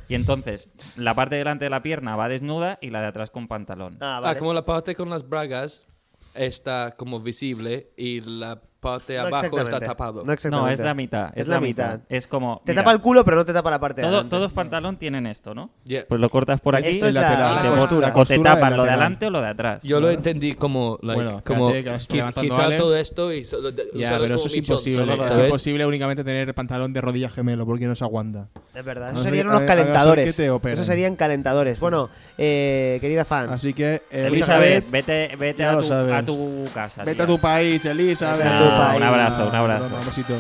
S3: Y entonces la parte delante de la pierna va desnuda y la de atrás con pantalón.
S1: Ah,
S6: Ah, como la parte con las bragas está como visible y la parte abajo está
S1: exactamente.
S6: tapado.
S1: No,
S3: no,
S1: exactamente.
S3: es la mitad. Es, la, mitad. Es como.
S1: Te
S3: mira,
S1: tapa el culo, pero no te tapa la parte de
S3: todo-
S1: adelante.
S3: todos pantalón tienen esto, ¿no?
S6: Yeah.
S3: Pues lo cortas por aquí.
S1: Esto es
S2: El
S1: la,
S2: lateral,
S1: la
S3: te
S2: la
S3: bota-
S2: costura.
S3: o te
S2: costura del
S3: tapan lo de
S2: lateral.
S3: adelante o lo de atrás.
S6: Yo lo entendí como, like,
S2: Bueno,
S6: como
S2: espérate, que vas
S6: qui-
S2: levantando,
S6: quitar
S2: Alex.
S6: todo esto y solo de-
S2: Ya,
S6: usarlos
S2: pero
S6: como
S2: eso es
S6: bichos,
S2: imposible.
S6: ¿sabes?
S2: Es imposible únicamente tener pantalón de rodilla gemelo porque no se aguanta.
S1: Es verdad,
S2: No
S1: eso
S2: sé,
S1: serían
S2: a
S1: unos
S2: ver, a ver,
S1: calentadores.
S2: que te operen.
S1: Eso serían calentadores. Bueno, eh, querida fan,
S2: Así que,
S3: Elizabeth,
S2: Elizabeth,
S3: vete, vete
S2: ya
S3: a,
S2: lo
S3: tu,
S2: sabes.
S3: a tu casa.
S2: vete
S3: tía.
S2: a tu país, Elizabeth.
S1: Vete a tu Ah, un país.
S3: abrazo, un abrazo.
S2: Un besito.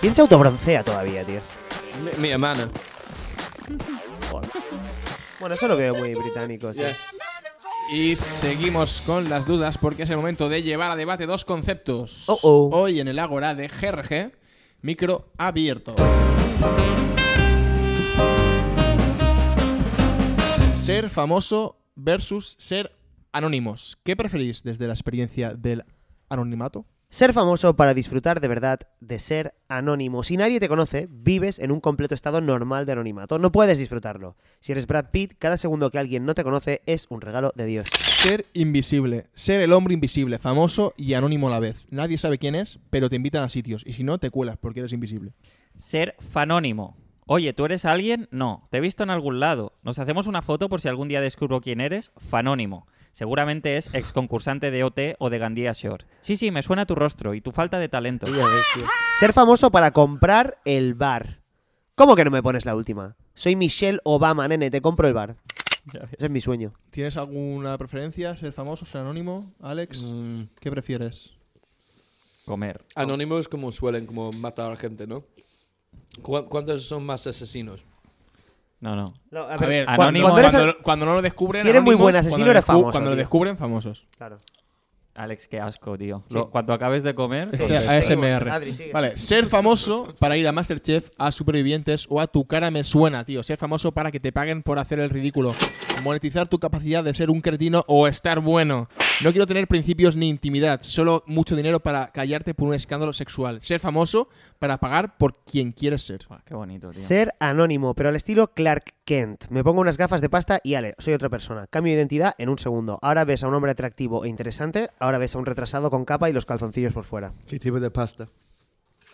S1: ¿quién se autobroncea todavía, tío?
S6: Mi, mi hermana.
S1: Bueno, eso lo veo muy británico. sí.
S6: Yeah.
S2: Y seguimos con las dudas porque es el momento de llevar a debate dos conceptos.
S1: Oh, oh.
S2: Hoy en el Ágora de GRG, micro abierto. Ser famoso versus ser anónimos. ¿Qué preferís desde la experiencia del anonimato?
S1: Ser famoso para disfrutar de verdad de ser anónimo. Si nadie te conoce, vives en un completo estado normal de anonimato. No puedes disfrutarlo. Si eres Brad Pitt, cada segundo que alguien no te conoce es un regalo de Dios.
S2: Ser invisible. Ser el hombre invisible, famoso y anónimo a la vez. Nadie sabe quién es, pero te invitan a sitios. Y si no, te cuelas porque eres invisible.
S3: Ser fanónimo. Oye, ¿tú eres alguien? No. Te he visto en algún lado. Nos hacemos una foto por si algún día descubro quién eres. Fanónimo. Seguramente es ex concursante de OT o de Gandía Shore. Sí, sí, me suena tu rostro y tu falta de talento.
S2: eh.
S1: Ser famoso para comprar el bar. ¿Cómo que no me pones la última? Soy Michelle Obama, nene, te compro el bar. Ese es mi sueño.
S2: ¿Tienes alguna preferencia? ¿Ser famoso, ser anónimo? Alex,
S6: Mm,
S2: ¿qué prefieres?
S3: Comer.
S6: Anónimos como suelen como matar a gente, ¿no? ¿Cuán- ¿Cuántos son más asesinos?
S3: No, no.
S1: a
S3: ver, cu- anónimo- cuando
S2: cuando,
S1: eres-
S2: no lo descubren.
S1: si eres muy
S2: anónimos,
S1: buen asesino,
S2: cuando lo
S1: eres
S2: descu-
S1: famoso,
S2: Cuando lo
S1: tío.
S2: descubren, famosos.
S1: Claro.
S3: Alex, qué asco, tío. Lo- cuando acabes de comer... pues,
S2: O
S3: sospecha.
S2: sea, ASMR.
S1: Adri, sigue.
S2: Vale, ser famoso para ir a Masterchef, a Supervivientes o a Tu cara me suena, tío. Ser famoso para que te paguen por hacer el ridículo. Monetizar tu capacidad de ser un cretino o estar bueno. No quiero tener principios ni intimidad, solo mucho dinero para callarte por un escándalo sexual. Ser famoso para pagar por quien quieres ser.
S3: Buah, Qué bonito, tío.
S1: Ser anónimo, pero al estilo Clark Kent. Me pongo unas gafas de pasta y ale, soy otra persona. Cambio de identidad en un segundo. Ahora ves a un hombre atractivo e interesante, ahora ves a un retrasado con capa y los calzoncillos por fuera.
S6: ¿Qué tipo de pasta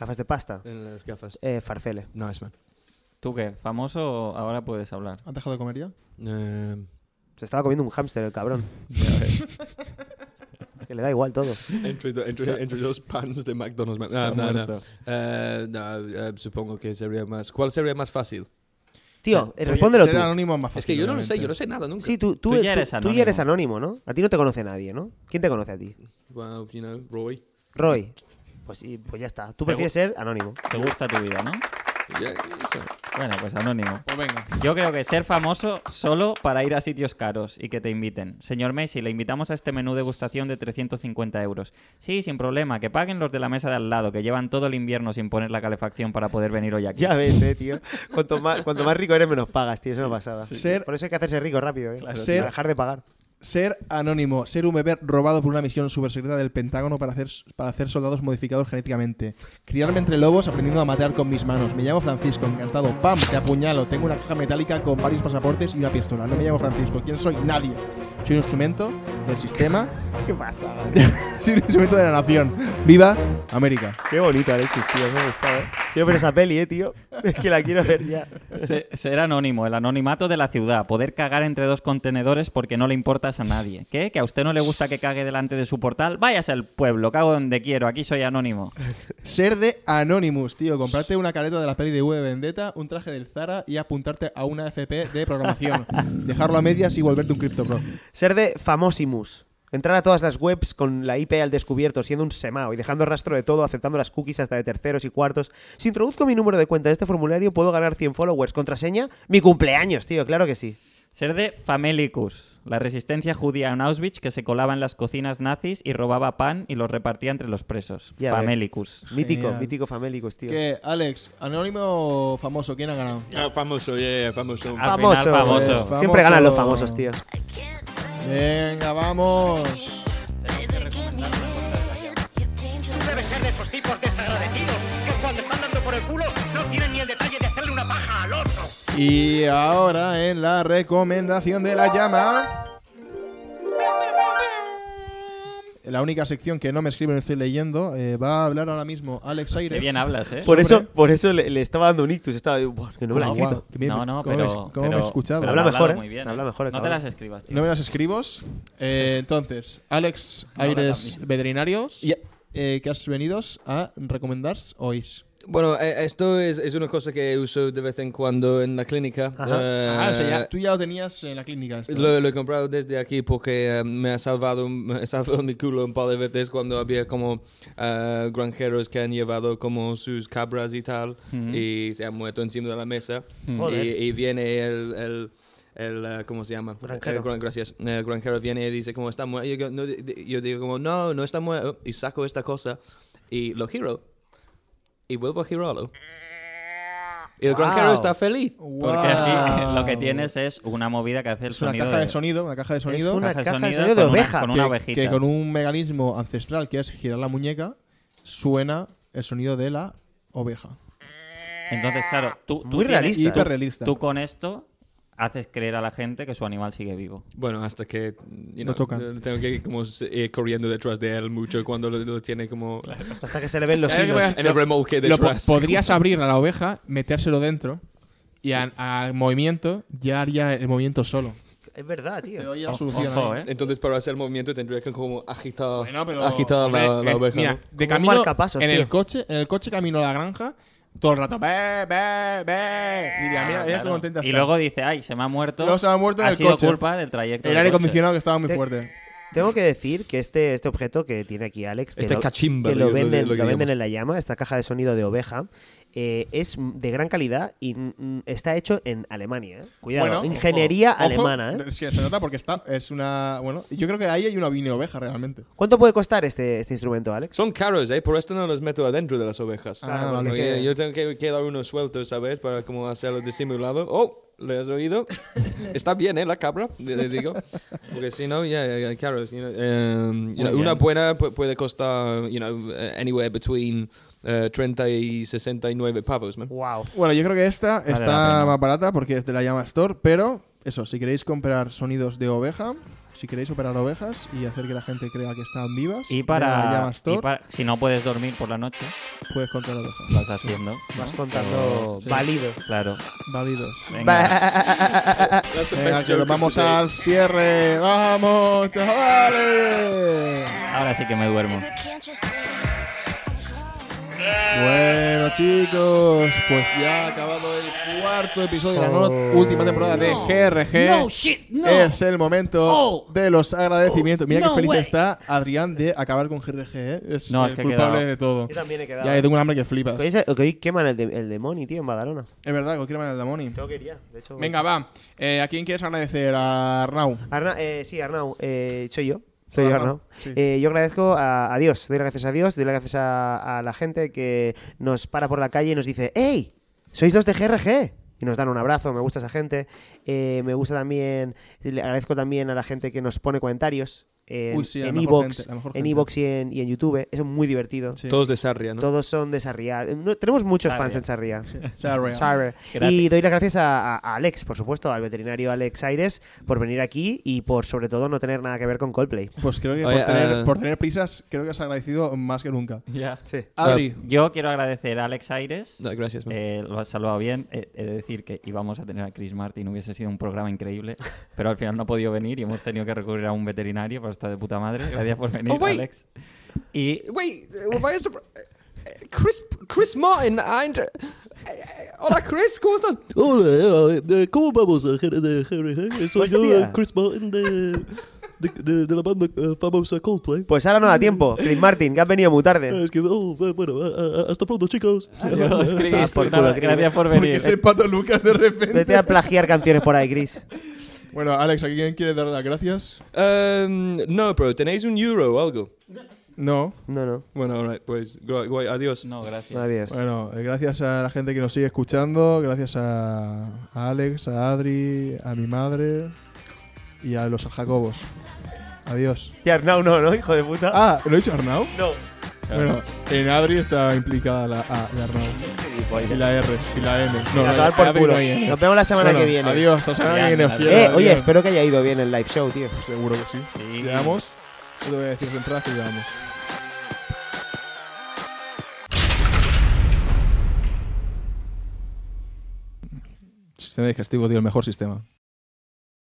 S1: Gafas de pasta.
S6: en las gafas?
S1: Eh, farfele.
S6: Nice, man.
S3: ¿Tú qué? ¿Famoso? Ahora puedes hablar.
S2: ¿Has dejado de comer ya?
S6: Eh,
S1: Se estaba comiendo un hámster el
S3: [laughs]
S1: cabrón. que le da igual todo.
S6: entre, do- entre- entre dos pans de McDonald's. man. Ah,
S3: Se ha
S6: no, no.
S3: muerto.
S6: Eh, no, eh, supongo que sería más. ¿Cuál sería más fácil?
S1: Tío, eh,
S2: Oye,
S1: respóndelo
S2: ser
S1: tú.
S2: anónimo es más fácil.
S6: es que yo no lo sé,
S2: obviamente.
S6: yo no sé nada nunca.
S1: Sí, tú, tú,
S3: Tú ya
S1: tú-
S3: eres
S1: tú
S3: anónimo.
S1: ya eres anónimo, ¿no? A ti no te conoce nadie, ¿no? ¿Quién te conoce a ti?
S6: Wow, you know, Roy.
S3: Eh,
S1: Roy. Pues, sí, pues ya está. Tú prefieres ser anónimo.
S3: Te gusta tu vida, ¿no?
S6: Yeah, so-
S3: Bueno, pues anónimo.
S2: Pues venga.
S3: Yo creo que ser famoso solo para ir a sitios caros y que te inviten. Señor Messi, le invitamos a este menú degustación de 350 euros. Sí, sin problema, que paguen los de la mesa de al lado, que llevan todo el invierno sin poner la calefacción para poder venir hoy aquí.
S1: Ya ves, eh, tío. Cuanto más, cuanto más rico eres, menos pagas, tío. Es una pasada.
S2: Ser-
S1: Por eso hay que hacerse rico rápido, eh.
S2: tío.
S1: Para dejar de pagar.
S2: Ser anónimo, ser un bebé robado por una misión supersecreta del Pentágono para hacer, para hacer soldados modificados genéticamente. Criarme entre lobos aprendiendo a matar con mis manos. Me llamo Francisco, encantado. ¡Pam! Te apuñalo. Tengo una caja metálica con varios pasaportes y una pistola. No me llamo Francisco. ¿Quién soy? Nadie. Soy un instrumento del sistema. [laughs]
S1: ¿Qué [laughs] pasa?
S2: soy un instrumento de la nación. ¡Viva América!
S1: Qué bonito, Alexis, tío. Me ha gustado, eh. Quiero ver esa peli, eh, tío. [laughs] Es que la quiero ver ya.
S3: Se- ser anónimo, el anonimato de la ciudad, poder cagar entre dos contenedores porque no le importas a nadie. ¿Qué? ¿Que a usted no le gusta que cague delante de su portal? Váyase al pueblo, cago donde quiero, aquí soy anónimo.
S2: Ser de Anonymous, tío. Comprarte una careta de la peli de V de Vendetta, un traje del Zara y apuntarte a una FP de [laughs] programación. Dejarlo a medias y volverte un cripto pro.
S1: Ser de Famosimus. Entrar a todas las webs con la IP al descubierto, siendo un semao y dejando rastro de todo, aceptando las cookies hasta de terceros y cuartos. Si introduzco mi número de cuenta en este formulario, puedo ganar 100 followers. Contraseña, mi cumpleaños, tío, claro que sí.
S3: Ser de Famelicus, la resistencia judía en Auschwitz que se colaba en las cocinas nazis y robaba pan y los repartía entre los presos.
S1: Ya ves.
S3: Famelicus.
S1: Mítico,
S2: Genial.
S1: mítico famélicos, tío.
S2: Que, Alex, anónimo o famoso, ¿quién ha ganado?
S6: Ah, famoso, yeah, famoso.
S3: Ah. Al final, famoso.
S2: Famoso.
S1: Siempre ganan los famosos, tío.
S2: Venga, vamos.
S9: Debe ser de esos tipos desagradecidos que cuando están dando por el culo no tienen ni el detalle de hacerle una paja al otro.
S2: Y ahora en la recomendación de la llama. La única sección que no me escriben, estoy leyendo. eh, va a hablar ahora mismo Alex
S3: Qué
S2: Aires.
S3: bien hablas, ¿eh?
S1: Por eso,
S2: Hombre.
S1: por eso le, le estaba dando un ictus. Estaba, "Buah, que Pues, no me la han
S2: Guau,
S1: escrito.
S2: qué bien.
S3: No, no,
S2: ¿Cómo
S3: pero...
S2: me- ¿Cómo me
S3: pero-
S2: he escuchado?
S3: pero
S1: Habla
S3: ha hablado
S1: mejor, ¿eh?
S3: muy bien,
S1: Habla mejor el
S3: No te
S1: cabrón.
S3: las escribas, tío.
S2: No me las escribos. Eh, entonces, Alex Aires Veterinarios,
S6: Yeah.
S2: eh, que has venido a recomendar hoy.
S6: Bueno, eh, esto es, es una cosa que uso de vez en cuando en la clínica. Eh,
S2: ah, o sea, ya- tú ya lo tenías en la clínica. esto.
S6: Lo, lo he comprado desde aquí porque eh, me ha salvado [laughs] me ha salvado mi culo un par de veces cuando había como eh, granjeros que han llevado como sus cabras y tal y se han muerto encima de la mesa y,
S1: Joder.
S6: y viene el, el- el, eh, ¿cómo se llama?
S1: Granjero.
S6: El gran- gracias. El granjero viene y dice como está muerto. Yo, digo, no, di- di- yo digo como no, no está muerto y saco esta cosa y lo giro y vuelvo a girarlo. Y el granjero
S1: Wow.
S6: está feliz.
S3: Porque aquí eh,
S2: Guau.
S3: lo que tienes es una movida que hace el
S2: Es una
S3: sonido
S2: caja de sonido, una caja de sonido.
S1: Es una
S3: Caja de
S1: caja de
S3: sonido
S1: sonido de
S3: con una-
S1: oveja.
S3: con
S2: que,
S3: una ovejita.
S2: que con un mecanismo ancestral que es girar la muñeca, suena el sonido de la oveja.
S3: Entonces, claro, tú, tú
S1: Muy
S3: tienes-
S1: realista.
S2: Hiperrealista.
S1: ¿eh?
S3: Tú con esto haces creer a la gente que su animal sigue vivo.
S6: Bueno, hasta que you
S2: Lo
S6: know,
S2: tocan.
S6: tengo que ir como se- ir corriendo detrás de él mucho cuando lo, lo tiene como
S1: Hasta que se le ven [laughs] los
S2: Claro que voy
S1: hilos.
S2: a-
S6: en el remolque
S2: Lo po-
S6: detrás.
S2: podrías abrir a la oveja, metérselo dentro y al- al movimiento ya haría el movimiento solo.
S1: Es verdad, tío.
S2: Te doy la solución.
S3: Ojo,
S2: ¿eh?
S3: ¿eh?
S6: Entonces para hacer el movimiento tendría que como agitar,
S2: Bueno, pero-
S6: agitar la,
S2: Hombre,
S6: la
S2: eh,
S6: oveja.
S2: Mira,
S6: ¿no?
S2: de
S1: Como un
S2: camino
S1: marcapasos,
S2: en el
S1: tío.
S2: coche, en el coche camino a la granja, todo el rato ve, ve, ve. Y diría, mira, mira qué
S3: Ah, Claro.
S2: contenta
S3: y
S2: está.
S3: luego dice, ay, se me ha muerto.
S2: Luego se me ha muerto en el
S3: sido
S2: coche.
S3: culpa del trayecto.
S2: el
S3: del
S2: aire
S3: coche".
S2: acondicionado que estaba muy
S1: Te-
S2: fuerte.
S1: Tengo que decir que este, este objeto que tiene aquí Alex, que,
S6: Este
S1: lo,
S6: cachimba,
S1: que
S6: lo-
S1: lo,
S6: lo-
S1: venden,
S6: lo que
S1: lo venden
S6: llamamos.
S1: en la llama, esta caja de sonido de oveja, eh, es de gran calidad y mm, mm, está hecho en Alemania. ¿eh? Cuidado,
S2: Bueno,
S1: ingeniería
S2: ojo,
S1: alemana. ¿eh?
S2: Es que se nota porque está, es una, bueno, yo creo que ahí hay una vine oveja realmente.
S1: ¿Cuánto puede costar este, este instrumento, Alex?
S6: Son caros, ¿eh? Por esto no los meto adentro de las ovejas.
S2: Ah, Claro, vale.
S6: Porque
S2: porque-
S6: Yo tengo que quedar unos sueltos, ¿sabes? Para como hacerlo disimulado. ¡Oh! ¿Le has
S2: [laughs]
S6: oído? Está bien, ¿eh? La cabra, le, le digo. Porque si no, ya, ya, ya, caros. you know, um, you know, una buena pu- puede costar, you know, eh, anywhere between eh, 30 y 69 pavos, man.
S1: Wow.
S2: Bueno, yo creo que esta
S3: la
S2: está
S3: pena.
S2: más barata porque es de la llama Store, pero eso, si queréis comprar sonidos de oveja, si queréis operar ovejas y hacer que la gente crea que están vivas,
S3: Y
S2: ven a la llama
S3: para,
S2: Store,
S3: y para- Si no puedes dormir por la noche,
S2: puedes comprar ovejas.
S3: vas haciendo.
S1: Vas contando
S2: Sí.
S1: válido.
S3: Claro.
S2: Válidos.
S3: Venga.
S6: That's the
S2: Venga,
S6: best
S2: que nos
S6: joke of
S2: vamos
S6: the day.
S2: al cierre. ¡Vamos, chavales!
S3: Ahora sí que me duermo.
S2: Bueno, chicos, pues ya ha acabado el cuarto episodio de la
S3: Oh.
S2: no- Oh. última temporada de GRG. Eh, Es el momento de los agradecimientos. Mira qué feliz está Adrián de acabar con GRG. ¿eh? Es
S3: No,
S2: el
S3: es que he
S2: culpable
S3: quedado-
S2: de todo.
S1: Yo también he quedado. Pues-
S2: Ya, yo tengo un hambre que flipas.
S1: Que hoy se- que hoy queman el, de, el de Moni, tío, en Badalona.
S2: Es verdad, cualquier manera el Damoni.
S1: Yo quería, de hecho.
S2: Venga, va. Eh, ¿A quién quieres agradecer? A Arnau.
S1: Arna- eh, sí, Arnau, eh, soy yo. Soy yo,
S2: Arnau,
S1: Arnau.
S2: sí.
S1: Eh, yo agradezco a, a Dios, doy las gracias a Dios, doy las gracias a, a la gente que nos para por la calle y nos dice, ¡Ey! ¡Sois los de GRG! Y nos dan un abrazo, me gusta esa gente. Eh, me gusta también, le agradezco también a la gente que nos pone comentarios. eh,
S2: Uy, sí, la
S1: en
S2: mejor
S1: iVoox,
S2: gente, la mejor
S1: en
S2: gente.
S1: iVoox y en, y en YouTube. Eso es muy divertido.
S2: Sí.
S6: Todos de Sarria, ¿no?
S1: Todos son de Sarriá. No, tenemos muchos fans en Sarriá.
S2: [laughs] Sorry.
S1: Sarre.
S3: Gracias.
S1: Y doy las gracias a, a Alex, por supuesto, al veterinario Alex Aires, por venir aquí y por sobre todo no tener nada que ver con Coldplay.
S2: Pues creo que
S6: Oye,
S2: por, tener,
S6: eh,
S2: por tener prisas, creo que has agradecido más que nunca.
S3: Ya.
S2: Adri,
S3: Yo quiero agradecer a Alex Aires.
S6: No, gracias, man.
S3: Eh, lo has salvado bien. Eh, he de decir que íbamos a tener a Chris Martin, hubiese sido un programa
S6: [laughs]
S3: increíble, pero al final no ha podido venir y hemos tenido que recurrir a un veterinario, pero está de puta
S6: [laughs]
S3: madre. Gracias por venir,
S6: Oh, wait.
S3: Alex. Y
S6: Wait, eh, vaya sorpre- eh, Chris, Chris Martin, ha entra- eh, eh, Hola Chris, ¿cómo estás?
S10: Hola, eh, ¿cómo vamos, eh, Henry- eh, Henry? eh? Soy yo,
S1: Hostia.
S10: eh, Chris Martin, de, de, de- de la banda eh, famosa Coldplay.
S1: Pues ahora no da tiempo. Chris Martin, que has venido muy
S2: [laughs]
S10: Eh,
S1: tarde.
S10: Es que, oh, eh, bueno, eh, eh, hasta pronto, chicos.
S6: [laughs]
S3: Adiós, Chris.
S1: Ah, por
S3: Nada,
S1: culo, Chris.
S3: gracias por
S2: porque
S1: eh,
S3: venir.
S2: es el pato Lucas de repente.
S1: Vete a plagiar canciones por ahí, Chris.
S2: Bueno, Alex, ¿a quién quiere dar las gracias?
S6: Em, no, pero tenéis un euro o algo.
S2: No.
S1: No, no.
S6: Bueno, all right, pues guay, guay, adiós.
S3: No, gracias.
S1: Adiós.
S2: Bueno, eh, gracias a la gente que nos sigue escuchando, gracias a, a Alex, a Adri, a mi madre y a los Jacobos. Adiós.
S1: Y Arnau no, ¿no? Hijo de puta.
S2: Ah, ¿lo he dicho Arnau?
S1: No.
S2: Bueno, en Adri está implicada la A de Arnau. Y la R, y la M. No,
S1: A
S2: no,
S1: tomar por
S2: Adri
S1: culo.
S2: no hay N.
S1: Nos vemos la semana
S2: Bueno,
S1: que viene.
S2: Adiós, hasta la semana que viene.
S3: Adiós.
S2: fiel,
S1: Eh, oye,
S2: adiós.
S1: espero que haya ido bien el live show, tío.
S2: Seguro que sí.
S3: Sí.
S2: Llegamos. Yo te voy a decir de entrada que llegamos. Sistema digestivo, tío, el mejor sistema.